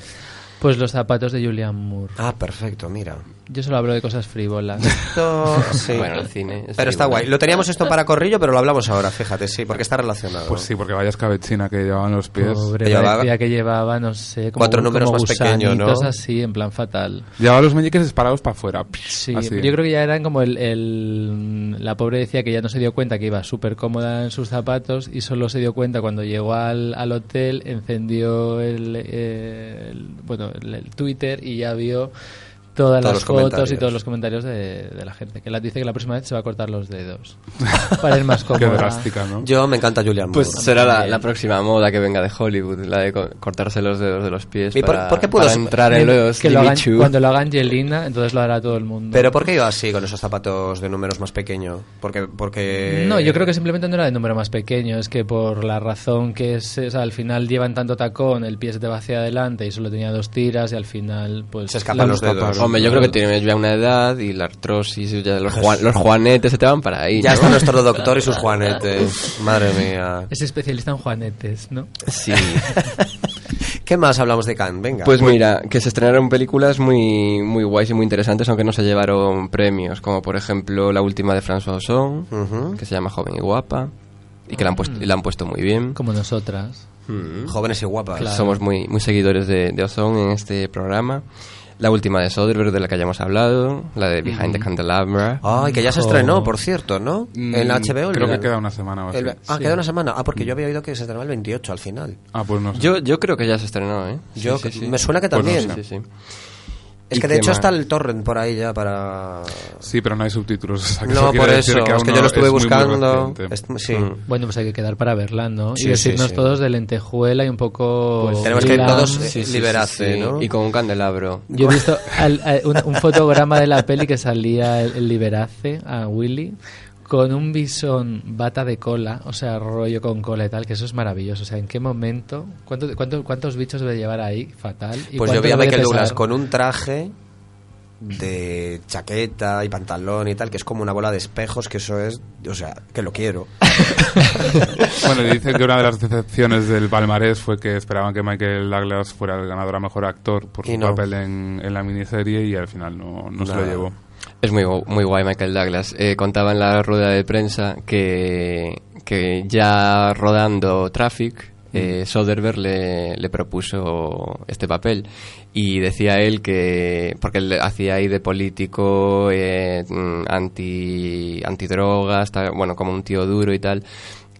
Pues los zapatos de Julian Moore. Ah, perfecto, mira. Yo solo hablo de cosas frívolas. Esto, sí. Bueno, el cine es pero está igual. guay. Lo teníamos esto para corrillo, pero lo hablamos ahora, fíjate, sí, porque está relacionado. Pues sí, porque vaya escabechina que llevaban los pies. Pobre Que llevaba- parecía que llevaba, no sé, como, Cuatro números como más pequeño, ¿no? gusanitos así, en plan fatal. Llevaba los meñiques disparados para afuera. Sí, Así. yo creo que ya eran como el, el- La pobre decía que ya no se dio cuenta que iba súper cómoda en sus zapatos y solo se dio cuenta cuando llegó al, al hotel, encendió el, el- bueno, el, el Twitter y ya vio todas Todos las los fotos y comentarios. todos los comentarios de, de la gente. Que la dice que la próxima vez se va a cortar los dedos para ir más Qué cómoda. drástica, ¿no? Yo me encanta Julian Pues Moore. será la, la próxima moda que venga de Hollywood, la de co- cortarse los dedos de los pies ¿Y por- para, por qué puedo para ser- entrar en los que lo hagan- Divichu. cuando lo haga Angelina, entonces lo hará todo el mundo. Pero ¿por qué iba así con esos zapatos de números más pequeños? Porque, porque... No, yo creo que simplemente no era de número más pequeño, es que por la razón que es, es al final llevan tanto tacón, el pie se te va hacia adelante y solo tenía dos tiras y al final pues Se escapan la- los dedos. Hombre, yo creo que tienes ya una edad y la artrosis, ya los, juan- los juanetes se te van para ahí. Pues Ya ¿no? está nuestro doctor y sus juanetes. Madre mía. Es especialista en juanetes, ¿no? Sí. ¿Qué más hablamos de Cannes? Venga. Pues mira, que se estrenaron películas muy, muy guays y muy interesantes, aunque no se llevaron premios, como por ejemplo la última de François Ozon, Ujú. que se llama Joven y Guapa, y que la han puesto, la han puesto muy bien. Como nosotras. Hmm. Jóvenes y guapas. Claro. Somos muy, muy seguidores de, de Ozone en este programa. La última de Soderbergh, de la que ya hemos hablado, la de Behind the Candelabra. Ay, que ya se Jo. estrenó, por cierto, ¿no? Mm, en la HBO. Creo ¿no? que queda una Mm. semana o así. El- ah, queda una semana. Ah, porque yo había oído que se estrenó el 28 al final. Ah, pues no sé. Yo, yo creo que ya se estrenó, ¿eh? Sí, Yo- sí, sí. me suena que Pues no también. sé, sí, sí. Es ¿Y que de qué hecho más? está el torrent por ahí ya para... Sí, pero no hay subtítulos. o sea, que No, quiere por decir eso. que es aún que yo no lo estuve es muy, muy buscando. reciente. Es- sí. Mm. Bueno, pues hay que quedar para verla, ¿no? Sí, y decirnos sí, sí. todos de lentejuela y un poco... Tenemos que ir glam. todos eh, liberarse, ¿no? Y con un candelabro. Yo he visto al- al- un, un fotograma de la peli que salía el, el liberace a Willy con un bisón bata de cola, o sea, rollo con cola y tal, que eso es maravilloso. O sea, ¿en qué momento? ¿Cuánto, cuánto- cuántos bichos debe llevar ahí? Fatal. ¿Y Pues yo cuánto vi a debe Michael pesar? Douglas con un traje de chaqueta y pantalón y tal, que es como una bola de espejos, que eso es, o sea, que lo quiero. Bueno, y dicen que una de las decepciones del palmarés fue que esperaban que Michael Douglas fuera el ganador a mejor actor por Y su no. papel en, en la miniserie y al final no, no se lo Nada. llevó. Es muy, gu- muy guay Michael Douglas. Eh, contaba en la rueda de prensa que, que ya rodando Traffic, eh, Soderbergh le, le propuso este papel. Y decía él que, porque él hacía ahí de político, eh, mm, anti, antidrogas, tal, bueno, como un tío duro y tal,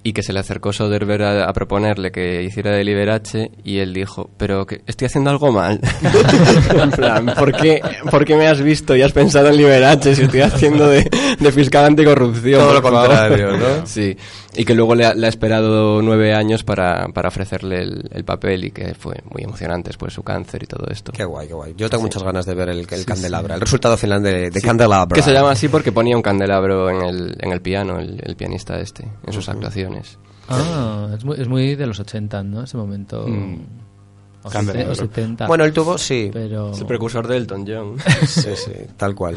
y que se le acercó Soderbergh a, a proponerle que hiciera de Liberace y él dijo, pero que estoy haciendo algo mal. en plan, ¿por qué, por qué me has visto y has pensado en Liberace si estoy haciendo de, de fiscal anticorrupción? Todo lo por favor?". contrario, ¿no? Sí, y que luego le ha, le ha esperado nueve años para, para ofrecerle el, el papel y que fue muy emocionante después su cáncer y todo esto. Qué guay, qué guay. Yo tengo muchas ganas de ver el, el candelabra, el resultado final de, de candelabra. Que se llama así porque ponía un candelabro en el, en el piano, el, el pianista este, en sus actuaciones. Ah, es muy, es muy de los 80, ¿no? Ese momento... Mm. O, sete- Candelabro. o 70. Bueno, el tubo, sí. pero... Es el precursor de Elton John. Sí, sí, tal cual.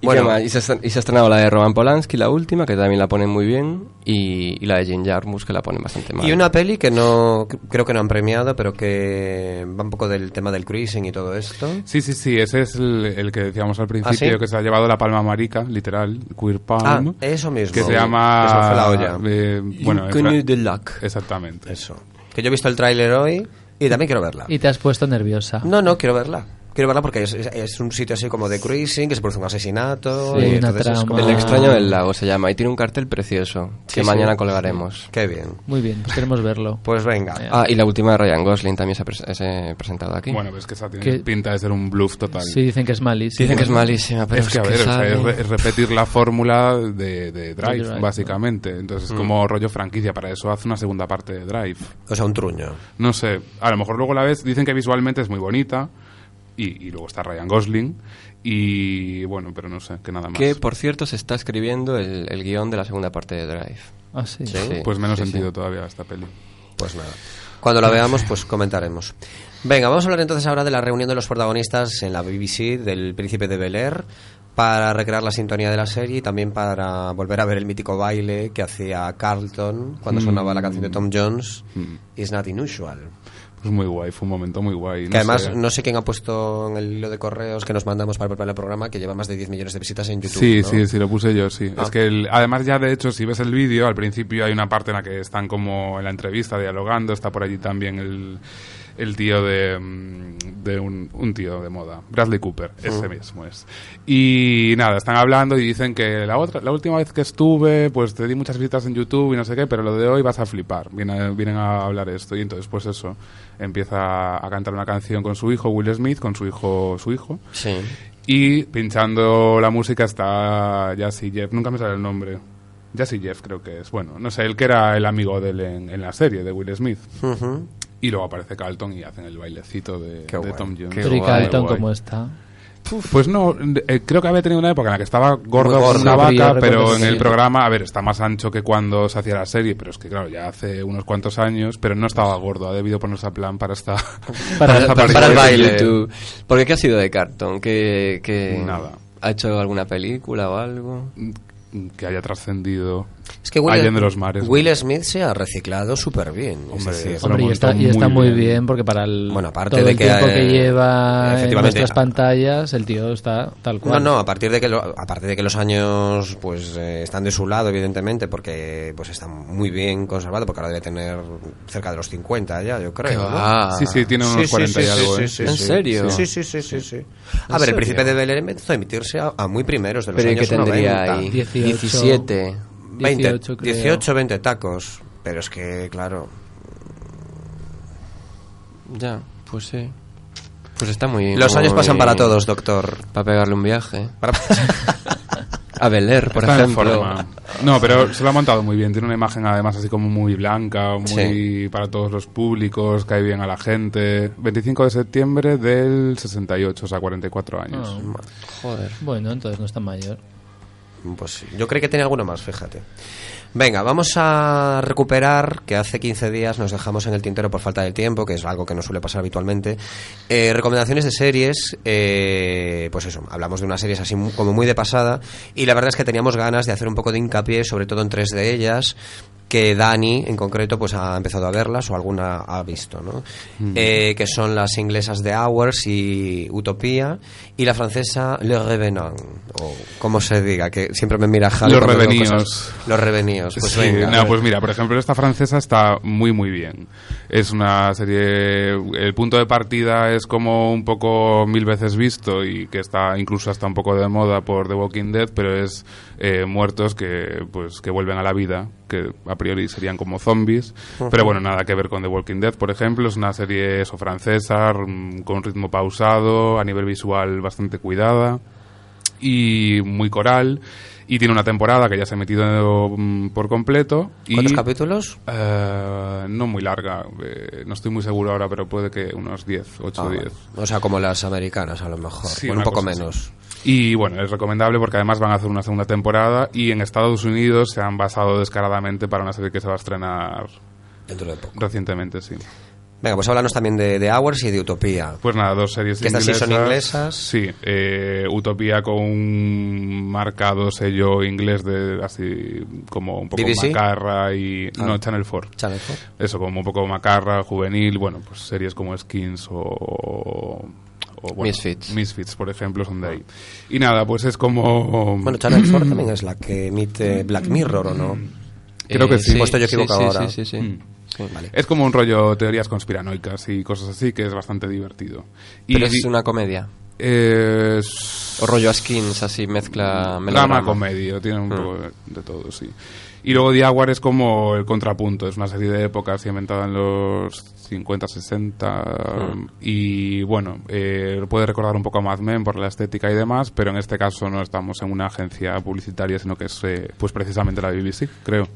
Y, Bueno, qué más, y se, ha- y se ha estrenado la de Roman Polanski, la última, que también la ponen muy bien, y, y la de Jane Jarmusch, que la ponen bastante mal. y una peli que no creo que no han premiado, pero que va un poco del tema del cruising y todo esto. Sí, sí, sí, ese es el, el que decíamos al principio, ¿Ah, sí? que se ha llevado la palma marica, literal, Queer Ah, Palm. eso mismo. que Que se se me llama... fue la olla. eh, bueno, en Inconnu fran- de Lac. Exactamente. Eso. Que yo he visto el tráiler hoy y también quiero verla. Y te has puesto nerviosa. No, no, quiero verla. Quiero verla porque es, es- es un sitio así como de cruising, que se produce un asesinato. Sí, y una entonces es trama. como- El extraño del lago se llama, y tiene un cartel precioso, que sí. mañana colgaremos. Qué bien. Muy bien, pues queremos verlo. Pues venga. Ah, y la última de Ryan Gosling también se ha, pres- se ha presentado aquí. Bueno, pues que esa tiene Que- pinta de ser un bluff total. Pues Sí, dicen que es malísimo. Dicen que es malísima, pero Es que, a ver, o sea, sabe. es, re- es repetir la fórmula de, de Drive, Drive, básicamente. Mm. Entonces, es como rollo franquicia, para eso hace una segunda parte de Drive. O sea, un truño. No sé, a lo mejor luego la ves, dicen que visualmente es muy bonita, y, y luego está Ryan Gosling, y bueno, pero no sé, que nada más. Que, por cierto, se está escribiendo el, el guión de la segunda parte de Drive. Ah, sí. Sí, Pues menos sí, sí. sentido todavía esta peli. Pues nada. Cuando la veamos, pues comentaremos. Venga, vamos a hablar entonces ahora de la reunión de los protagonistas en la BBC del Príncipe de Bel Air para recrear la sintonía de la serie y también para volver a ver el mítico baile Mm. que hacía Carlton cuando sonaba la canción de Tom Jones, It's Not Unusual. Pues muy guay, fue un momento muy guay. Que además, sé. no sé quién ha puesto en el hilo de correos que nos mandamos para preparar el programa, que lleva más de 10 millones de visitas en YouTube. Sí, ¿no? sí, sí, lo puse yo, sí. Ah. Es que el- además ya de hecho, si ves el vídeo, al principio hay una parte en la que están como en la entrevista dialogando, está por allí también el, el tío de, mm, de un, un tío de moda, Bradley Cooper, ese mismo es. Y nada, están hablando y dicen que la otra la última vez que estuve, pues te di muchas visitas en YouTube y no sé qué, pero lo de hoy vas a flipar. Vienen, vienen a hablar esto y entonces pues eso, empieza a cantar una canción con su hijo Will Smith, con su hijo su hijo. Sí. Y pinchando la música está Jazzy Jeff, nunca me sale el nombre. Jazzy Jeff creo que es. Bueno, no sé, el que era el amigo de él en, en la serie de Will Smith. Ujú. Y luego aparece Carlton y hacen el bailecito de, Qué de guay, Tom Jones. qué Pero y guay, Carlton, Guay. ¿cómo está? Pues no, eh, creo que había tenido una época en la que estaba gordo Muy como gordo, una sí, yo vaca, recuerdo pero que en el sí. programa, a ver, está más ancho que cuando se hacía la serie, pero es que claro, ya hace unos cuantos años, pero no estaba gordo, ha debido ponerse a plan para esta... Para- esta para el aparición. baile. YouTube. ¿Por qué, qué ha sido de Carton? ¿Qué, qué- Nada. ¿Ha hecho alguna película o algo? Que haya trascendido Es que Will, Allende los mares. Will Smith se ha reciclado súper bien. Hombre, es Eso lo decir, Hombre, y hemos está, visto y está muy muy bien. bien. porque para el, Bueno, aparte todo de el que, tiempo que eh, lleva en efectivamente, nuestras a- pantallas, el tío está tal No, cual. no, a partir de que, lo- aparte de que los años pues eh, están de su lado, evidentemente, porque pues está muy bien conservado, porque ahora debe tener cerca de los 50 ya, yo creo. ¿no? Sí, sí, tiene unos Sí, sí, 40 y sí, algo. sí, ¿eh? sí, ¿En sí. serio? Sí, sí, sí, sí. sí. A ver, el serio? príncipe de Bel Air empezó a emitirse a, a muy primeros de los ¿Pero y qué años tendría 90. ahí? 18. 17. 20, 18, 18, creo. 20 tacos. Pero es que, claro, Ya, pues sí. Pues está muy bien. los años muy pasan bien. para todos, doctor. Para pegarle un viaje. A Bel Air, por Está en ejemplo. forma. No, pero se lo ha montado muy bien. Tiene una imagen además así como muy blanca, muy Sí. para todos los públicos, cae bien a la gente. 25 de septiembre del 68, o sea, 44 años. Ah, Joder. bueno, entonces no está mayor. Pues sí, yo creo que tenía alguno más, fíjate. Venga, vamos a recuperar que hace 15 días nos dejamos en el tintero por falta de tiempo, que es algo que no suele pasar habitualmente. Eh, recomendaciones de series, eh, pues eso, hablamos de unas series así mu- como muy de pasada y la verdad es que teníamos ganas de hacer un poco de hincapié, sobre todo en tres de ellas que Dani en concreto pues ha empezado a verlas o alguna ha visto, ¿no? Eh, que son las inglesas de Hours y Utopía y la francesa Le Revenant o como se diga, que siempre me mira Javi Los cuando digo Revenidos. cosas. Los Revenidos, pues Sí, venga. no, pues mira, por ejemplo, esta francesa está muy, muy bien. Es una serie. El punto de partida es como un poco mil veces visto y que está incluso hasta un poco de moda por The Walking Dead, pero es eh, muertos que, pues, que vuelven a la vida, que a priori serían como zombies. Pero bueno, nada que ver con The Walking Dead, por ejemplo. Es una serie eso, francesa, mm, con ritmo pausado, a nivel visual bastante cuidada y muy coral. Y tiene una temporada que ya se ha emitido mm, por completo. Y, ¿Cuántos capítulos? eh, no muy larga. eh, no estoy muy seguro ahora, pero puede que unos 10, 8 Ah, o 10. bueno. O sea, como las americanas a lo mejor, Sí, bueno, un una poco cosa así. menos. Y bueno, es recomendable porque además van a hacer una segunda temporada y en Estados Unidos se han basado descaradamente para una serie que se va a estrenar Dentro de poco. recientemente, sí. Venga, pues háblanos también de, de Hours y de Utopía. Pues nada, dos series Que estas sí inglesas. son inglesas. Sí, eh, Utopía con un marcado sello inglés de así como un poco BBC? macarra y... Ah. No, Channel 4. Chale, ¿no? Eso, como un poco macarra, juvenil, bueno, pues series como Skins o... o- o, bueno, Misfits. Misfits, por ejemplo, son de ahí. Y nada, pues es como... Bueno, Channel 4 también es la que emite Black Mirror, ¿o no? Creo que sí. Pues estoy yo equivocado Eh, sí, ahora. Sí, sí, sí. Mm. Sí. Es como un rollo teorías conspiranoicas y cosas así, que es bastante divertido. Y Pero es una comedia. eh, O rollo a skins, así mezcla. Drama melodrama. comedia, tiene un poco de- de todo, sí. Y luego Diaguar es como el contrapunto, es una serie de épocas inventada en los 50, 60 y bueno, eh, puede recordar un poco a Mad Men por la estética y demás, pero en este caso no estamos en una agencia publicitaria, sino que es eh, pues precisamente la BBC, creo.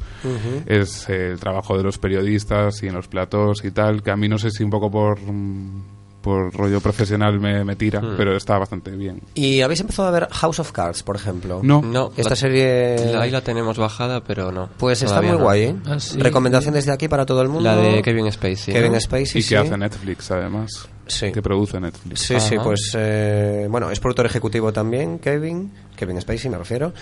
Es eh, el trabajo de los periodistas y en los platós y tal, que a mí no sé si un poco por... mm, por rollo profesional me, me tira, pero está bastante bien. ¿Y habéis empezado a ver House of Cards, por ejemplo? No. No, Esta la- serie- la- Eh, ahí la tenemos bajada, pero no. Pues está todavía muy no. guay, ¿eh? Ah, sí. Recomendaciones de aquí para todo el mundo. La de Kevin Spacey. Kevin ¿no? Spacey, y sí. que hace Netflix, además. Sí. que produce Netflix. Sí, sí, pues eh, bueno, es productor ejecutivo también, Kevin, Kevin Spacey me refiero,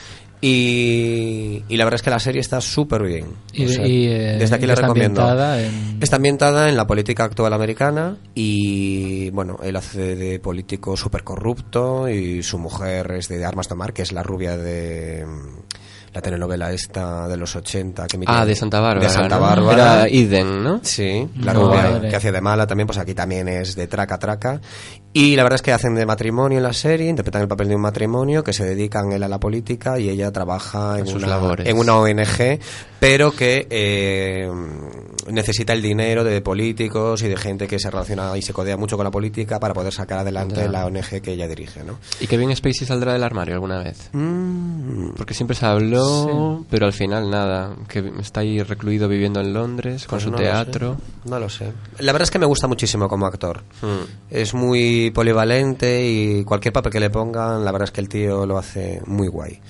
y, y la verdad es que la serie está súper bien. Y- O sea, y, eh, desde aquí la está recomiendo. Este ambientada en- Está ambientada en la política actual americana y bueno, él hace de político súper corrupto y su mujer es de Armas Tomar, que es la rubia de mm, la telenovela esta de los 80 que emitía- Ah, de Santa Bárbara. De Santa ¿no? Bárbara. Era Eden, ¿no? Sí, Mm. la No, rubia madre. que hacía de mala también, pues aquí también es de traca traca. Y la verdad es que hacen de matrimonio en la serie, interpretan el papel de un matrimonio que se dedican él a la política y ella trabaja en, sus una, labores. en una ONG, pero que eh, necesita el dinero de políticos y de gente que se relaciona y se codea mucho con la política para poder sacar adelante Ya. la ONG que ella dirige, ¿no? ¿Y Kevin Spacey saldrá del armario alguna vez? Mm, Porque siempre se habló, pero al final nada. Que está ahí recluido viviendo en Londres con pues su no lo sé. teatro. no lo sé. La verdad es que me gusta muchísimo como actor. Hmm. Es muy polivalente y cualquier papel que le pongan, la verdad es que el tío lo hace muy guay.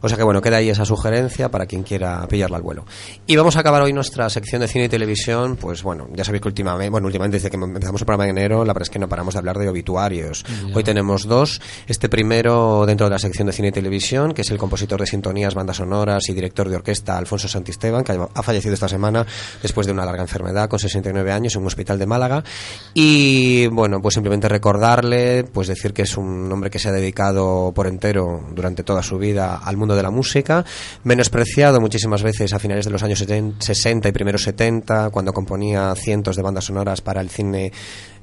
O sea que bueno, queda ahí esa sugerencia para quien quiera pillarla al vuelo. Y vamos a acabar hoy nuestra sección de cine y televisión. Pues bueno, ya sabéis que últimamente, bueno, últimamente desde que em-, empezamos el programa en enero, la verdad es que no paramos de hablar de obituarios. Hoy tenemos dos. Este primero dentro de la sección de cine y televisión, que es el compositor de sintonías, bandas sonoras y director de orquesta Alfonso Santisteban, que ha- ha fallecido esta semana después de una larga enfermedad con 69 años en un hospital de Málaga. Y bueno, pues simplemente recordarle, pues decir que es un hombre que se ha dedicado por entero durante toda su vida al mundo de la música, menospreciado muchísimas veces a finales de los años 70 60 y primeros 70, cuando componía cientos de bandas sonoras para el cine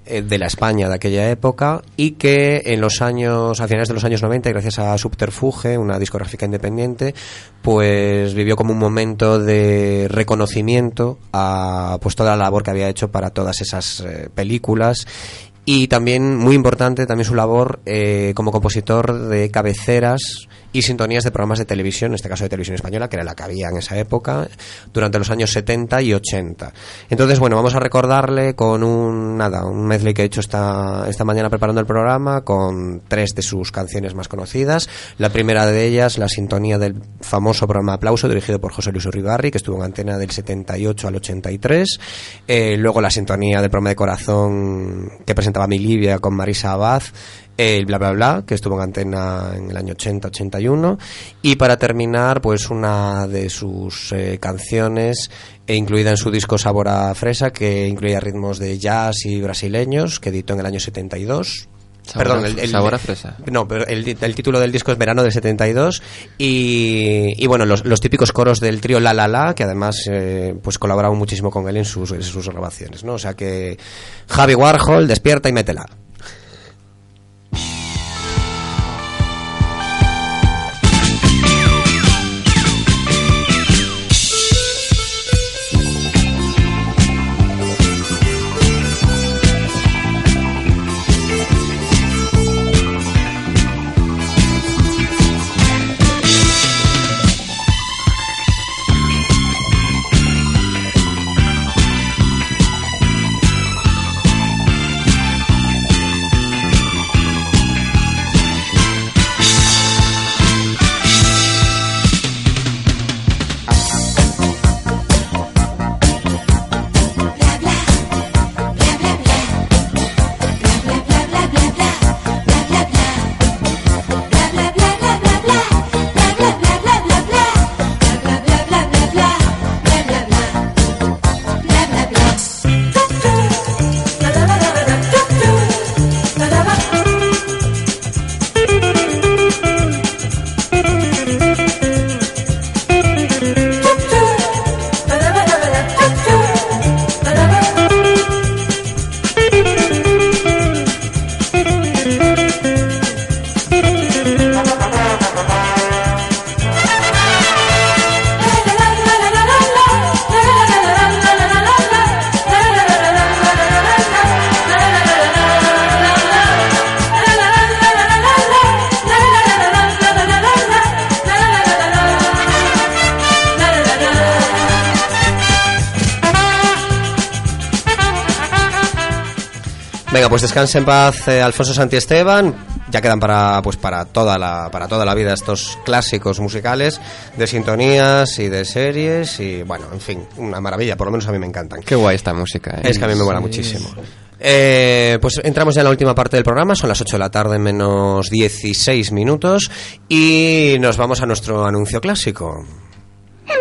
eh, de la España de aquella época y que en los años a finales de los años 90 gracias a Subterfuge una discográfica independiente pues vivió como un momento de reconocimiento a pues toda la labor que había hecho para todas esas eh, películas y también muy importante también su labor eh, como compositor de cabeceras y sintonías de programas de televisión, en este caso de televisión española, que era la que había en esa época, durante los años 70 y 80. Entonces, bueno, vamos a recordarle con un, nada, un medley que he hecho esta, esta mañana preparando el programa, con tres de sus canciones más conocidas. La primera de ellas, la sintonía del famoso programa Aplauso, dirigido por José Luis Uribarri, que estuvo en antena del 78 al 83. Eh, luego la sintonía del programa de corazón que presentaba Mi Libia con Marisa Abad el bla bla bla, que estuvo en antena en el año 80-81. Y para terminar, pues una de sus eh, canciones, eh, incluida en su disco Sabor a Fresa, que incluía ritmos de jazz y brasileños, que editó en el año 72. Sabor a- Sabor a fresa. No, pero el, di- el título del disco es Verano del 72 y, y bueno, los, los típicos coros del trío La La La, que además eh, pues colaboraron muchísimo con él en sus, en sus grabaciones, ¿no? O sea que Javi Warhol, despierta y métela. Venga, pues descanse en paz eh, Alfonso Santiesteban. Ya quedan para pues para toda la para toda la vida estos clásicos musicales de sintonías y de series y bueno, en fin, una maravilla, por lo menos a mí me encantan. Qué guay esta música, ¿eh? Es que a mí me mola muchísimo. Eh, pues entramos ya en la última parte del programa, son las 8 de la tarde menos 16 minutos y nos vamos a nuestro anuncio clásico.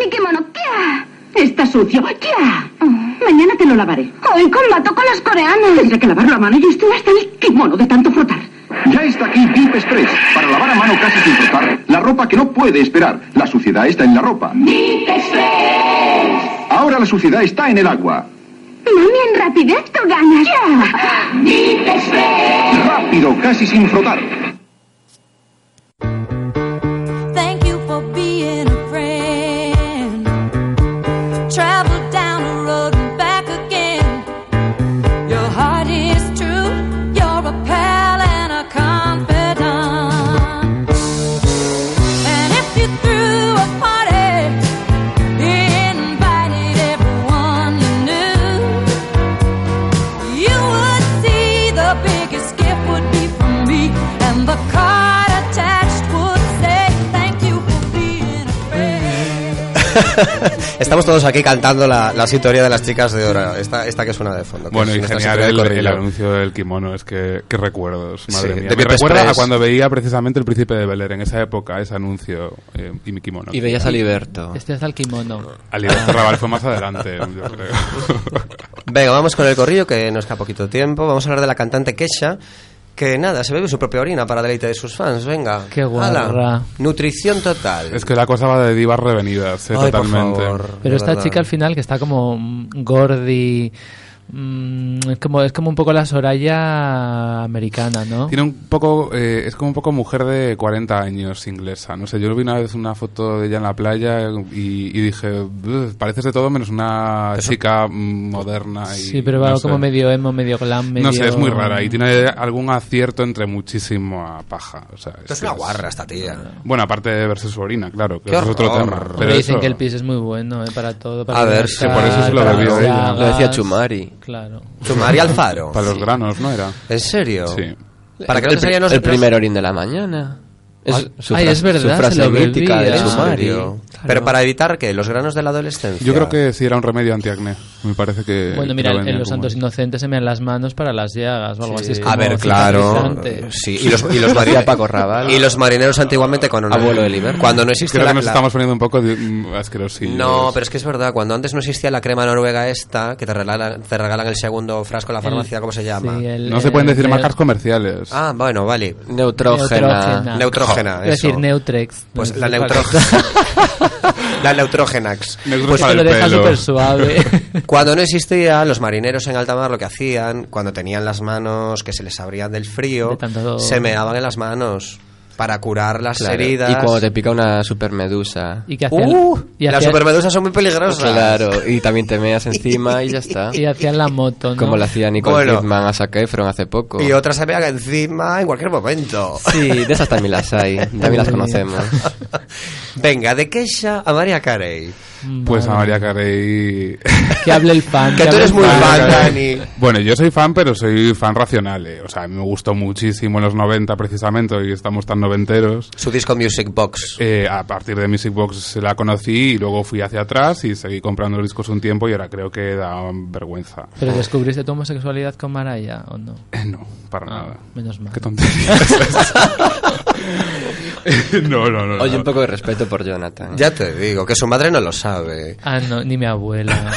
¡Mi kimono! ¡Ya! Está sucio. ¡Ya! Mañana te lo lavaré. Hoy combato con los coreanos. Tendré que lavarlo a mano y estoy hasta el kimono de tanto frotar. Ya está aquí Deep Express, para lavar a mano casi sin frotar la ropa que no puede esperar. La suciedad está en la ropa. Ahora la suciedad está en el agua. Mami, en rapidez tú ganas. ¡Ya! Rápido, casi sin frotar. Thank you for being a friend. Travel down the road and back again. Your heart is true. You're a pal and a confidant. And if you threw a party, you invited everyone you knew. You would see the biggest gift would be from me, and the card attached would say, Thank you for being a friend. Estamos todos aquí cantando la, la sintonía de las chicas de hora, esta, esta que suena de fondo. que Bueno, es y nuestra genial sintonía de el, el corrillo. anuncio del kimono, es que, qué recuerdos, madre Sí, mía. de Me Pepe recuerda Express. a cuando veía precisamente El Príncipe de Bel Air, en esa época, ese anuncio eh, y mi kimono. Y veías a Liberto. Este es el kimono. Ah. Alberto Raval fue más adelante, yo creo. Venga, vamos con el corrillo que nos queda poquito tiempo. Vamos a hablar de la cantante Kesha, que nada, se bebe su propia orina para deleite de sus fans. Venga. Qué guarra. Ala, nutrición total. es que la cosa va de divas revenidas, eh, Ay, por totalmente. favor, de Pero esta verdad. chica al final que está como mm, gordi, mm, es como es como un poco la Soraya americana, ¿no? Tiene un poco, eh, es como un poco mujer de 40 años inglesa. No sé, yo vi una vez una foto de ella en la playa y, y dije, "Ugh, pareces de todo menos una chica mm, moderna. Y, Sí, pero va no sé. como medio emo, medio glam, medio... No sé, es muy rara y tiene algún acierto entre muchísimo a paja. O sea, Esto es que una guarra esta tía. Bueno, aparte de verse su orina, claro, que ¡Qué eso es otro horror! tema. Hombre, Pero Pero dicen eso- que el pis es muy bueno, ¿eh? Para todo, para A ver, que hidratar, por eso se lo para bebió las ella. llagas. Lo decía Chumari. Claro. Tu María Alfaro. Para los granos, ¿no era? ¿En serio? Sí. Para que no el, te salgan los el primer orín de la mañana. Es, su ay, fra- es verdad, su frase se lo mítica bebía. de ¿En ¿En Sumari. serio? Claro. Pero para evitar que los granos de la adolescencia. Yo creo que sí era un remedio antiacné. Me parece que. Bueno, que mira, lo vendían en Los como- Santos Inocentes se me dan las manos para las llagas o algo así. es A como ver, claro. cicatrizante. Sí, y los, y los mari- Hacía Paco Raval. y los marineros antiguamente cuando no, Abuelo de Liber. cuando no existía Creo la, que nos la- estamos poniendo un poco de, mm, asquerosillos. No, pero es que es verdad, cuando antes no existía la crema noruega esta, que te regalan, te regalan el segundo frasco en la farmacia, ¿cómo se llama? Sí, el- No se pueden el decir neu- marcas comerciales. Ah, bueno, vale. Neutrógena. Neutrógena. Neutrógena, Es decir, eso. Neutrex. Pues No la sé cuál neutrógena. la neutrógenax. Neutros Pues para te lo el deja pelo. súper suave. Cuando no existía, los marineros en alta mar lo que hacían, cuando tenían las manos que se les abrían del frío, De tanto- se meaban en las manos para curar las Claro. heridas. Y cuando te pica una supermedusa. y que hacían, ¡Uh! y las hacían- supermedusas son muy peligrosas. Claro, y también te meas encima y ya está. y hacían la moto, ¿no? Como lo hacía Nicole Bueno. Kidman a Zac Efron hace poco. Y otras se vean encima en cualquier momento. Sí, de esas también las hay. También las conocemos. Venga, de Kesha a María Carey. Pues a María Carey. Que hable el fan. Que tú hable eres el muy fan. fan, María Dani. Carey. Bueno, yo soy fan, pero soy fan racional. eh. O sea, a mí me gustó muchísimo en los 90 precisamente, y estamos tan noventeros. Su disco Music Box. Eh, a partir de Music Box se la conocí y luego fui hacia atrás y seguí comprando los discos un tiempo y ahora creo que da vergüenza. Pero descubriste tu homosexualidad con Maraya, ¿o no? Eh, no, Ah. para nada. Menos mal. Qué tontería es esa. no, no, no. no. Oye, un poco de respeto por Jonathan. Ya te digo, que su madre no lo sabe. Ah, no, ni mi abuela.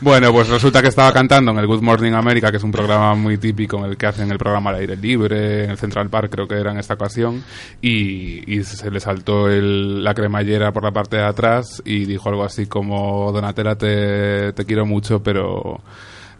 Bueno, pues resulta que estaba cantando en el Good Morning America, que es un programa muy típico en el que hacen el programa al aire libre, en el Central Park creo que era en esta ocasión, y, y se le saltó el- la cremallera por la parte de atrás y dijo algo así como, Donatella, te, te quiero mucho, pero,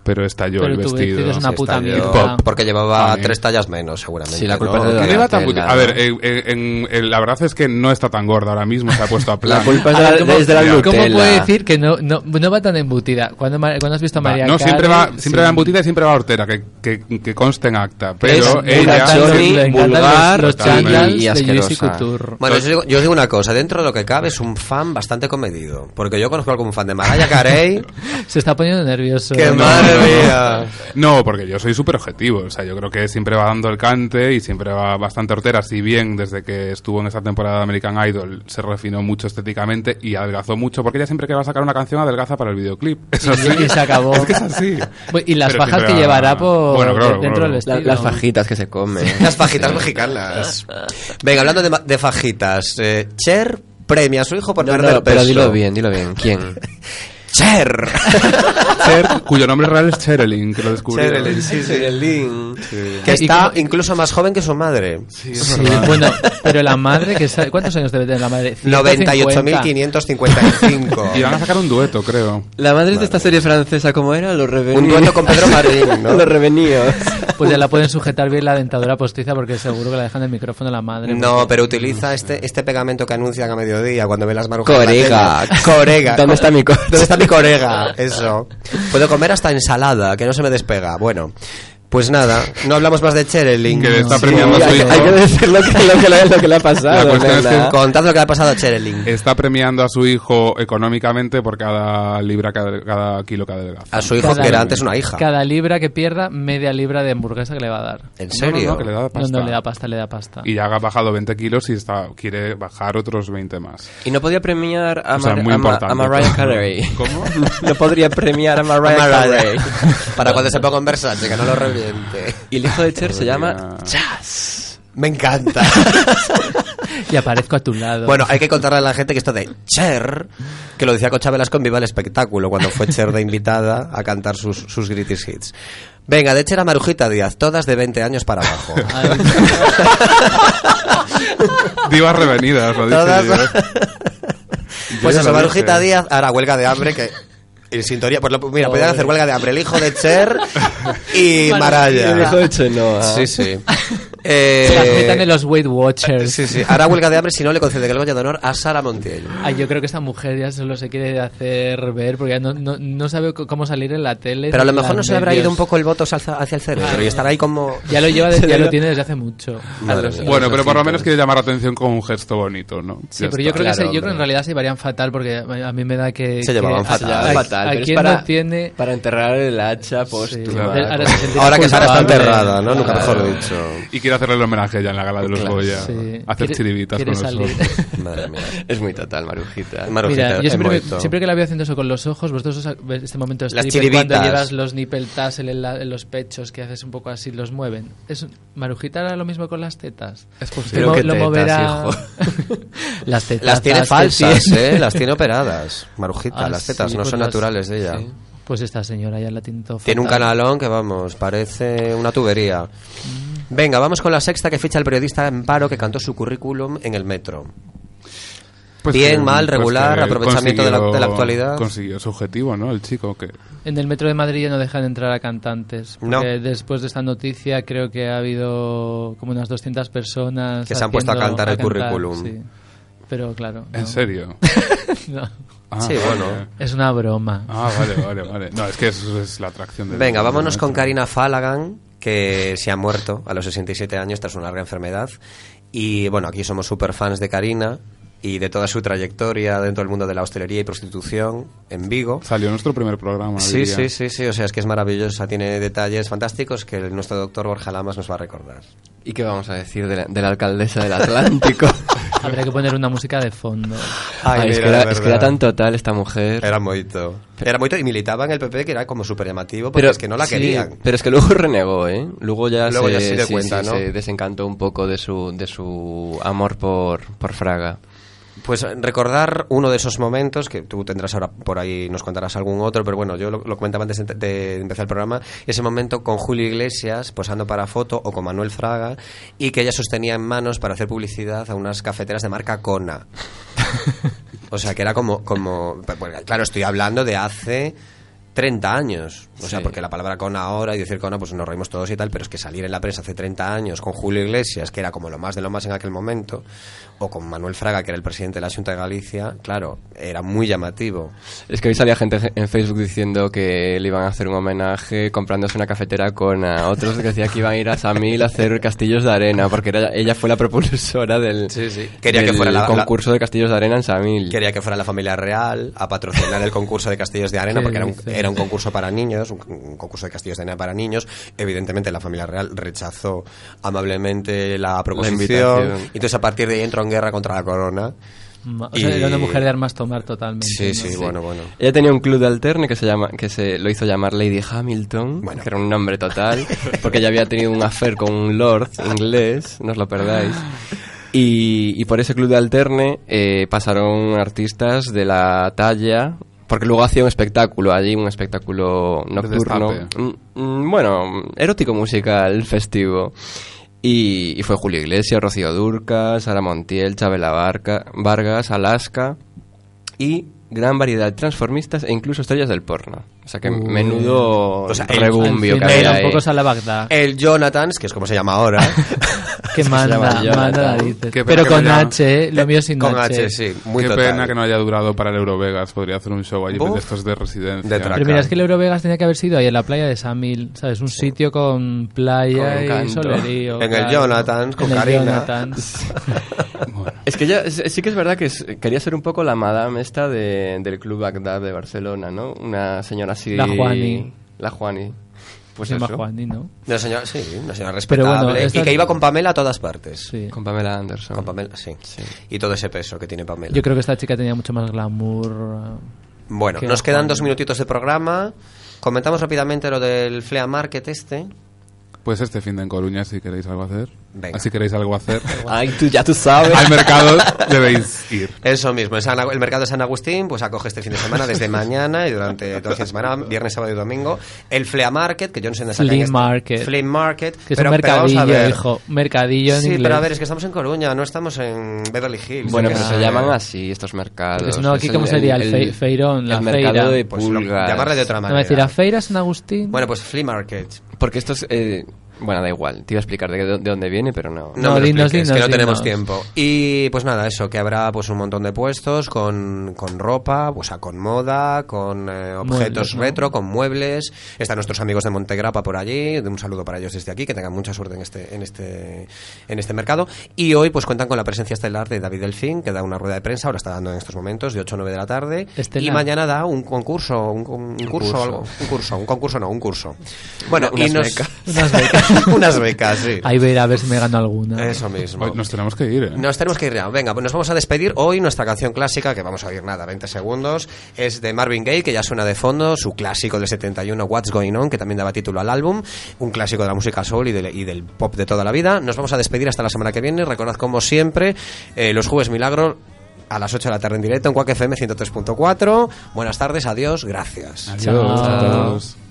pero estalló Pero el tu vestido. vestido es una puta Estalló, mierda. Porque llevaba Amén. tres tallas menos, seguramente. Sí, la culpa ¿no? es de ¿Qué Donatella. le va tan puti- Donatella. A ver, eh, eh, en- eh, la verdad es que no está tan gorda ahora mismo, se ha puesto a plan. La culpa es A de ver, la, ¿cómo, es de la cómo Nutella. puede decir que no, no, no va tan embutida? ¿Cuándo, ma- cuándo has visto a Va, María no, siempre va, Carey? siempre Sí. va embutida y siempre va hortera, que, que, que conste en acta. Es Pero una ella... chorri, Le encantan los- vulgar los, totalmente. chandals y de Juicy asquerosa. Couture. Bueno, yo os digo, yo os digo una cosa, dentro de lo que cabe es un fan bastante comedido, porque yo conozco algún fan de Mariah Carey, Se está poniendo nervioso. que madre mía. No, porque yo soy súper objetivo. O sea, yo creo que siempre va dando el cante y siempre va bastante hortera. Si bien desde que estuvo en esa temporada de American Idol se refinó mucho estéticamente y adelgazó mucho, porque ella siempre que va a sacar una canción adelgaza para el videoclip. Es así. y se acabó. Es que es así. Bu- Y las Pero fajas que siempre va- llevará por Bueno, claro, dentro claro. del La- vestido. las fajitas que se comen. Las fajitas mexicanas. Venga, hablando de, ma- de fajitas. eh, Cher premia a su hijo por No, perder no, pero peso. dilo bien, dilo bien. ¿Quién? Cher. Cher, cuyo nombre real es Cherelin, que lo descubrí. Cherelin, sí, sí. Que Eh, ¿Y está cómo- incluso más joven que su madre. Sí, bueno, pero la madre que sabe- ¿Cuántos años debe tener la madre? 150. 98.555. Y van a sacar un dueto, creo. La madre de esta serie francesa, ¿cómo era? Los revenidos. Un dueto con Pedro Marín, ¿no? Los revenidos. Pues ya la pueden sujetar bien la dentadura postiza porque seguro que la dejan del micrófono a la madre. No, pero utiliza este, este pegamento que anuncian a mediodía cuando ve las marujas. Corega. en la tele. Corega. ¿Dónde está mi co- ¿Dónde está mi corega? Eso. Puedo comer hasta ensalada, que no se me despega. Bueno, pues nada, no hablamos más de Cherelin. Que le está Sí, premiando hay, a su hay- hijo. hay que decir lo que, lo que le, lo que le ha pasado. La cuestión es que- ¿verdad? Contad lo que le ha pasado a Cherelin. Está premiando a su hijo económicamente por cada libra, cada, cada kilo que adelgaza. A su hijo, Cada- que era antes una hija. Cada libra que pierda, media libra de hamburguesa que le va a dar. ¿En No, no, serio? no, que le da No, pasta. no le da pasta, le da pasta. Y ya ha bajado 20 kilos y está, quiere bajar otros 20 más. Y no podía premiar a, O sea, Mar- muy a Ma- importante. a Mariah Carey. ¿Cómo? No podría premiar a Mariah, Mariah. Carey. Para cuando se ponga en Versace, que no lo reviente. Y el hijo de Cher se llama... Podría- Me encanta. Y aparezco a tu lado. bueno, hay que contarle a la gente que esto de Cher, que lo decía Concha Velasco en Viva el Espectáculo, cuando fue Cher de invitada a cantar sus, sus greatest hits. Venga, de Cher a Marujita Díaz, todas de 20 años para abajo. Ay, Divas revenidas, lo Todas- dice yo. ¿eh? Yo Pues ya eso, lo Marujita dije. Díaz hará huelga de hambre que... En sintonía, pues lo- mira, podrían hacer huelga de hambre el hijo de Cher y Maraya. Ah, El hijo de ah. Chenoa. Sí, sí. se las metan Eh, en los Weight Watchers. sí, sí. Hará huelga de hambre si no le concede el Goya de Honor a Sara Montiel. Ay, yo creo que esta mujer ya solo se quiere hacer ver porque ya no, no, no sabe c- cómo salir en la tele. Pero a lo ni en mejor no los se le habrá medios. ido un poco el voto hacia hacia el cerebro y estará ahí como... Ya lo lleva, desde- Se ya le- lo tiene desde hace mucho. Madre mía. Bueno, pero por lo menos quiere llamar la atención con un gesto bonito, ¿no? Sí, Ya pero yo está. creo, que se- Claro, yo creo que en hombre. realidad se llevarían fatal porque a mí me da que... Se que llevaban a- fatal. a- Ya, a- fatal. ¿A pero es quién para, no tiene...? para enterrar el hacha Sí, póstuma. claro. ahora se sentirá Ahora que Sara está culpable. enterrada, ¿no? Nunca Claro. mejor dicho. Y quiere hacerle el homenaje ya en la gala de los Goya. Sí. Hacer Quiere- chiribitas quiere con el sol. salir. Madre mía. Es muy total, Marujita. Marujita, Mira, yo el siempre, me- boito. siempre que la veo haciendo eso con los ojos, vosotros os ac- veis este momento de Las stripper cuando chiribitas. llevas los nipple tassel en, la- en los pechos, que haces un poco así, los mueven. Es, Marujita era lo mismo con las tetas. Es posible. Pero qué tetas, las tetas. Las tiene que falsas, tiene. ¿eh? Las tiene operadas. Marujita, Ah, las tetas sí, no pues son las- naturales de ella. sí. Pues esta señora ya la tintó Tiene un fatal. canalón que, vamos, parece una tubería. Venga, vamos con la sexta que ficha el periodista en paro que cantó su currículum en el metro. Pues Bien, que- mal, regular, que aprovechamiento de la- de la actualidad. Consiguió su objetivo, ¿no? El chico que... En el metro de Madrid ya no dejan entrar a cantantes. No. porque Después de esta noticia creo que ha habido como unas 200 personas Que se han puesto a haciendo- cantar el currículum. sí. Pero claro. ¿En no. serio? No. Ah, Sí, vale. bueno. Es una broma. Ah, vale, vale, vale. No, es que eso es la atracción de... Venga, vámonos con Karina Falagan, que se ha muerto a los 67 años tras una larga enfermedad. Y bueno, aquí somos super fans de Karina y de toda su trayectoria dentro del mundo de la hostelería y prostitución en Vigo. Salió nuestro primer programa. Sí, diría. sí, sí, sí, o sea, es que es maravillosa, tiene detalles fantásticos que el- nuestro doctor Borja Lamas nos va a recordar. ¿Y qué vamos a decir de la, de la alcaldesa del Atlántico? Habría que poner una música de fondo. Ay, Ay, es, mira, que era, de es que verdad. era tan total esta mujer. Era moito. Era moito y militaba en el PP, que era como súper llamativo, porque pero es que no la sí, querían. Pero es que luego renegó, ¿eh? Luego ya, Luego se, ya se dio cuenta, ¿no? se desencantó un poco de su, de su amor por, por Fraga. Pues eh, recordar uno de esos momentos, que tú tendrás ahora por ahí, nos contarás algún otro, pero bueno, yo lo, lo comentaba antes de, de empezar el programa, ese momento con Julio Iglesias posando para foto o con Manuel Fraga y que ella sostenía en manos para hacer publicidad a unas cafeteras de marca Kona. O sea, que era como... como bueno, claro, estoy hablando de hace... 30 años, o sea, Sí. porque la palabra con ahora y decir con pues nos reímos todos y tal, pero es que salir en la prensa hace 30 años con Julio Iglesias, que era como lo más de lo más en aquel momento, o con Manuel Fraga, que era el presidente de la Junta de Galicia, claro, era muy llamativo. Es que hoy salía gente en Facebook diciendo que le iban a hacer un homenaje comprándose una cafetera con a otros que decían que iban a ir a Samil a hacer castillos de arena, porque era- ella fue la propulsora del, Sí, sí. Quería que del fuera la- la- concurso de castillos de arena en Samil. Quería que fuera la familia real a patrocinar el concurso de Castillos de Arena, ¿Qué porque era un, dices? era un concurso para niños, niños, un, un concurso de castillos de arena para niños. Evidentemente la familia real rechazó amablemente la proposición. invitación. entonces a partir de ahí entró en guerra contra la corona. Ma- O sea, Y- era una mujer de armas tomar totalmente. Sí, ¿no? sí, bueno, bueno. Ella tenía un club de alterne que se llama que se lo hizo llamar Lady Hamilton, Bueno. que era un nombre total, porque ella había tenido un affair con un lord inglés, no os lo perdáis. Y, y por ese club de alterne eh, pasaron artistas de la talla, porque luego hacía un espectáculo allí, un espectáculo nocturno, destape. Mm, mm, bueno, erótico musical, festivo. Y, y fue Julio Iglesias, Rocío Durca, Sara Montiel, Chabela Barca- Vargas, Alaska y gran variedad de transformistas e incluso estrellas del porno. O sea que menudo O sea, el- rebumbio Al que final había era un ahí. poco Sala Bagdad, El Jonathans, que es como se llama ahora. ¿eh? que se llama manda, manda Jonathan. narices. Qué pena Pero que con no llama- H, ¿eh? lo mío sin Con H, sí. Muy Qué total. pena que no haya durado para el Eurovegas. Podría hacer un show allí Buf. de estos de residencia. De traca. Pero mira, es que el Eurovegas tenía que haber sido ahí en la playa de Samil, ¿sabes? Un sitio con Con playa y canto. solerío. En el Jonathans, con En el Karina. pues Jonathans. Bueno. Es que ya, es- sí que es verdad que es- quería ser un poco la madame esta de- del Club Bagdad de Barcelona, ¿no? Una señora así... La Juani. La Juani. Pues Se llama eso. Juani, ¿no? Una señora, sí, una señora Pero respetable. bueno, esta- Y que iba con Pamela a todas partes. Sí. Con Pamela Anderson. Con Pamela, sí. Sí. Y todo ese peso que tiene Pamela. Yo creo que esta chica tenía mucho más glamour. Bueno, Que nos quedan Juan- dos minutitos de programa. Comentamos rápidamente lo del Flea Market este. Pues este fin de en Coruña, si queréis algo hacer. Venga. Si queréis algo hacer, Ay, tú ya tú sabes. al mercado debéis ir. Eso mismo, en San Agu- el mercado de San Agustín pues acoge este fin de semana desde mañana y durante toda la semana, viernes, sábado y domingo. El Flea Market, que yo no sé dónde sacan Flea este- Market. Flea Market. Que es pero, un pero vamos a mercadillo, ver. hijo. Mercadillo en Sí, inglés. pero a ver, es que estamos en Coruña, no estamos en Beverly Hills. Bueno, Yo qué pero se sé. llaman así estos mercados. Pues no, aquí Es ¿cómo sería? El fe- feirón, la el mercado feira. de Pues lo- pulgas. llamarle de otra No me manera. decir, a Feira San Agustín. Bueno, pues Flea Market. Porque esto es... eh, bueno, da igual. Te iba a explicar de, de dónde viene, pero no. No, No, me lo dinos, expliques, que dinos, no tenemos dinos. tiempo. Y pues nada, eso, que habrá pues un montón de puestos con, con ropa, o sea, con moda, con eh, objetos Muebles, ¿no? retro, con muebles. Están nuestros amigos de Montegrapa por allí, un saludo para ellos desde aquí, que tengan mucha suerte en este, en este, en este mercado. Y hoy pues cuentan con la presencia estelar de David Delfín, que da una rueda de prensa, ahora está dando en estos momentos, de 8 a 9 de la tarde. Estelar. Y mañana da un concurso, un, un- un curso, curso. algo, un curso, un concurso no, un curso. Bueno, Unas y nos- becas. Unas becas. unas becas, sí. Ahí verá a ver si me gano alguna. Eso mismo. Hoy nos tenemos que ir, ¿eh? Nos tenemos que ir ya. Venga, pues nos vamos a despedir. Hoy nuestra canción clásica, que vamos a oír nada, 20 segundos, es de Marvin Gaye, que ya suena de fondo, su clásico del 71, What's Going On, que también daba título al álbum, un clásico de la música soul y, del- y del pop de toda la vida. Nos vamos a despedir hasta la semana que viene. Recordad, como siempre, eh, los jueves milagro a las 8 de la tarde en directo en Quack FM 103.4. Buenas tardes, adiós, gracias. Adiós a Chao. todos. Oh,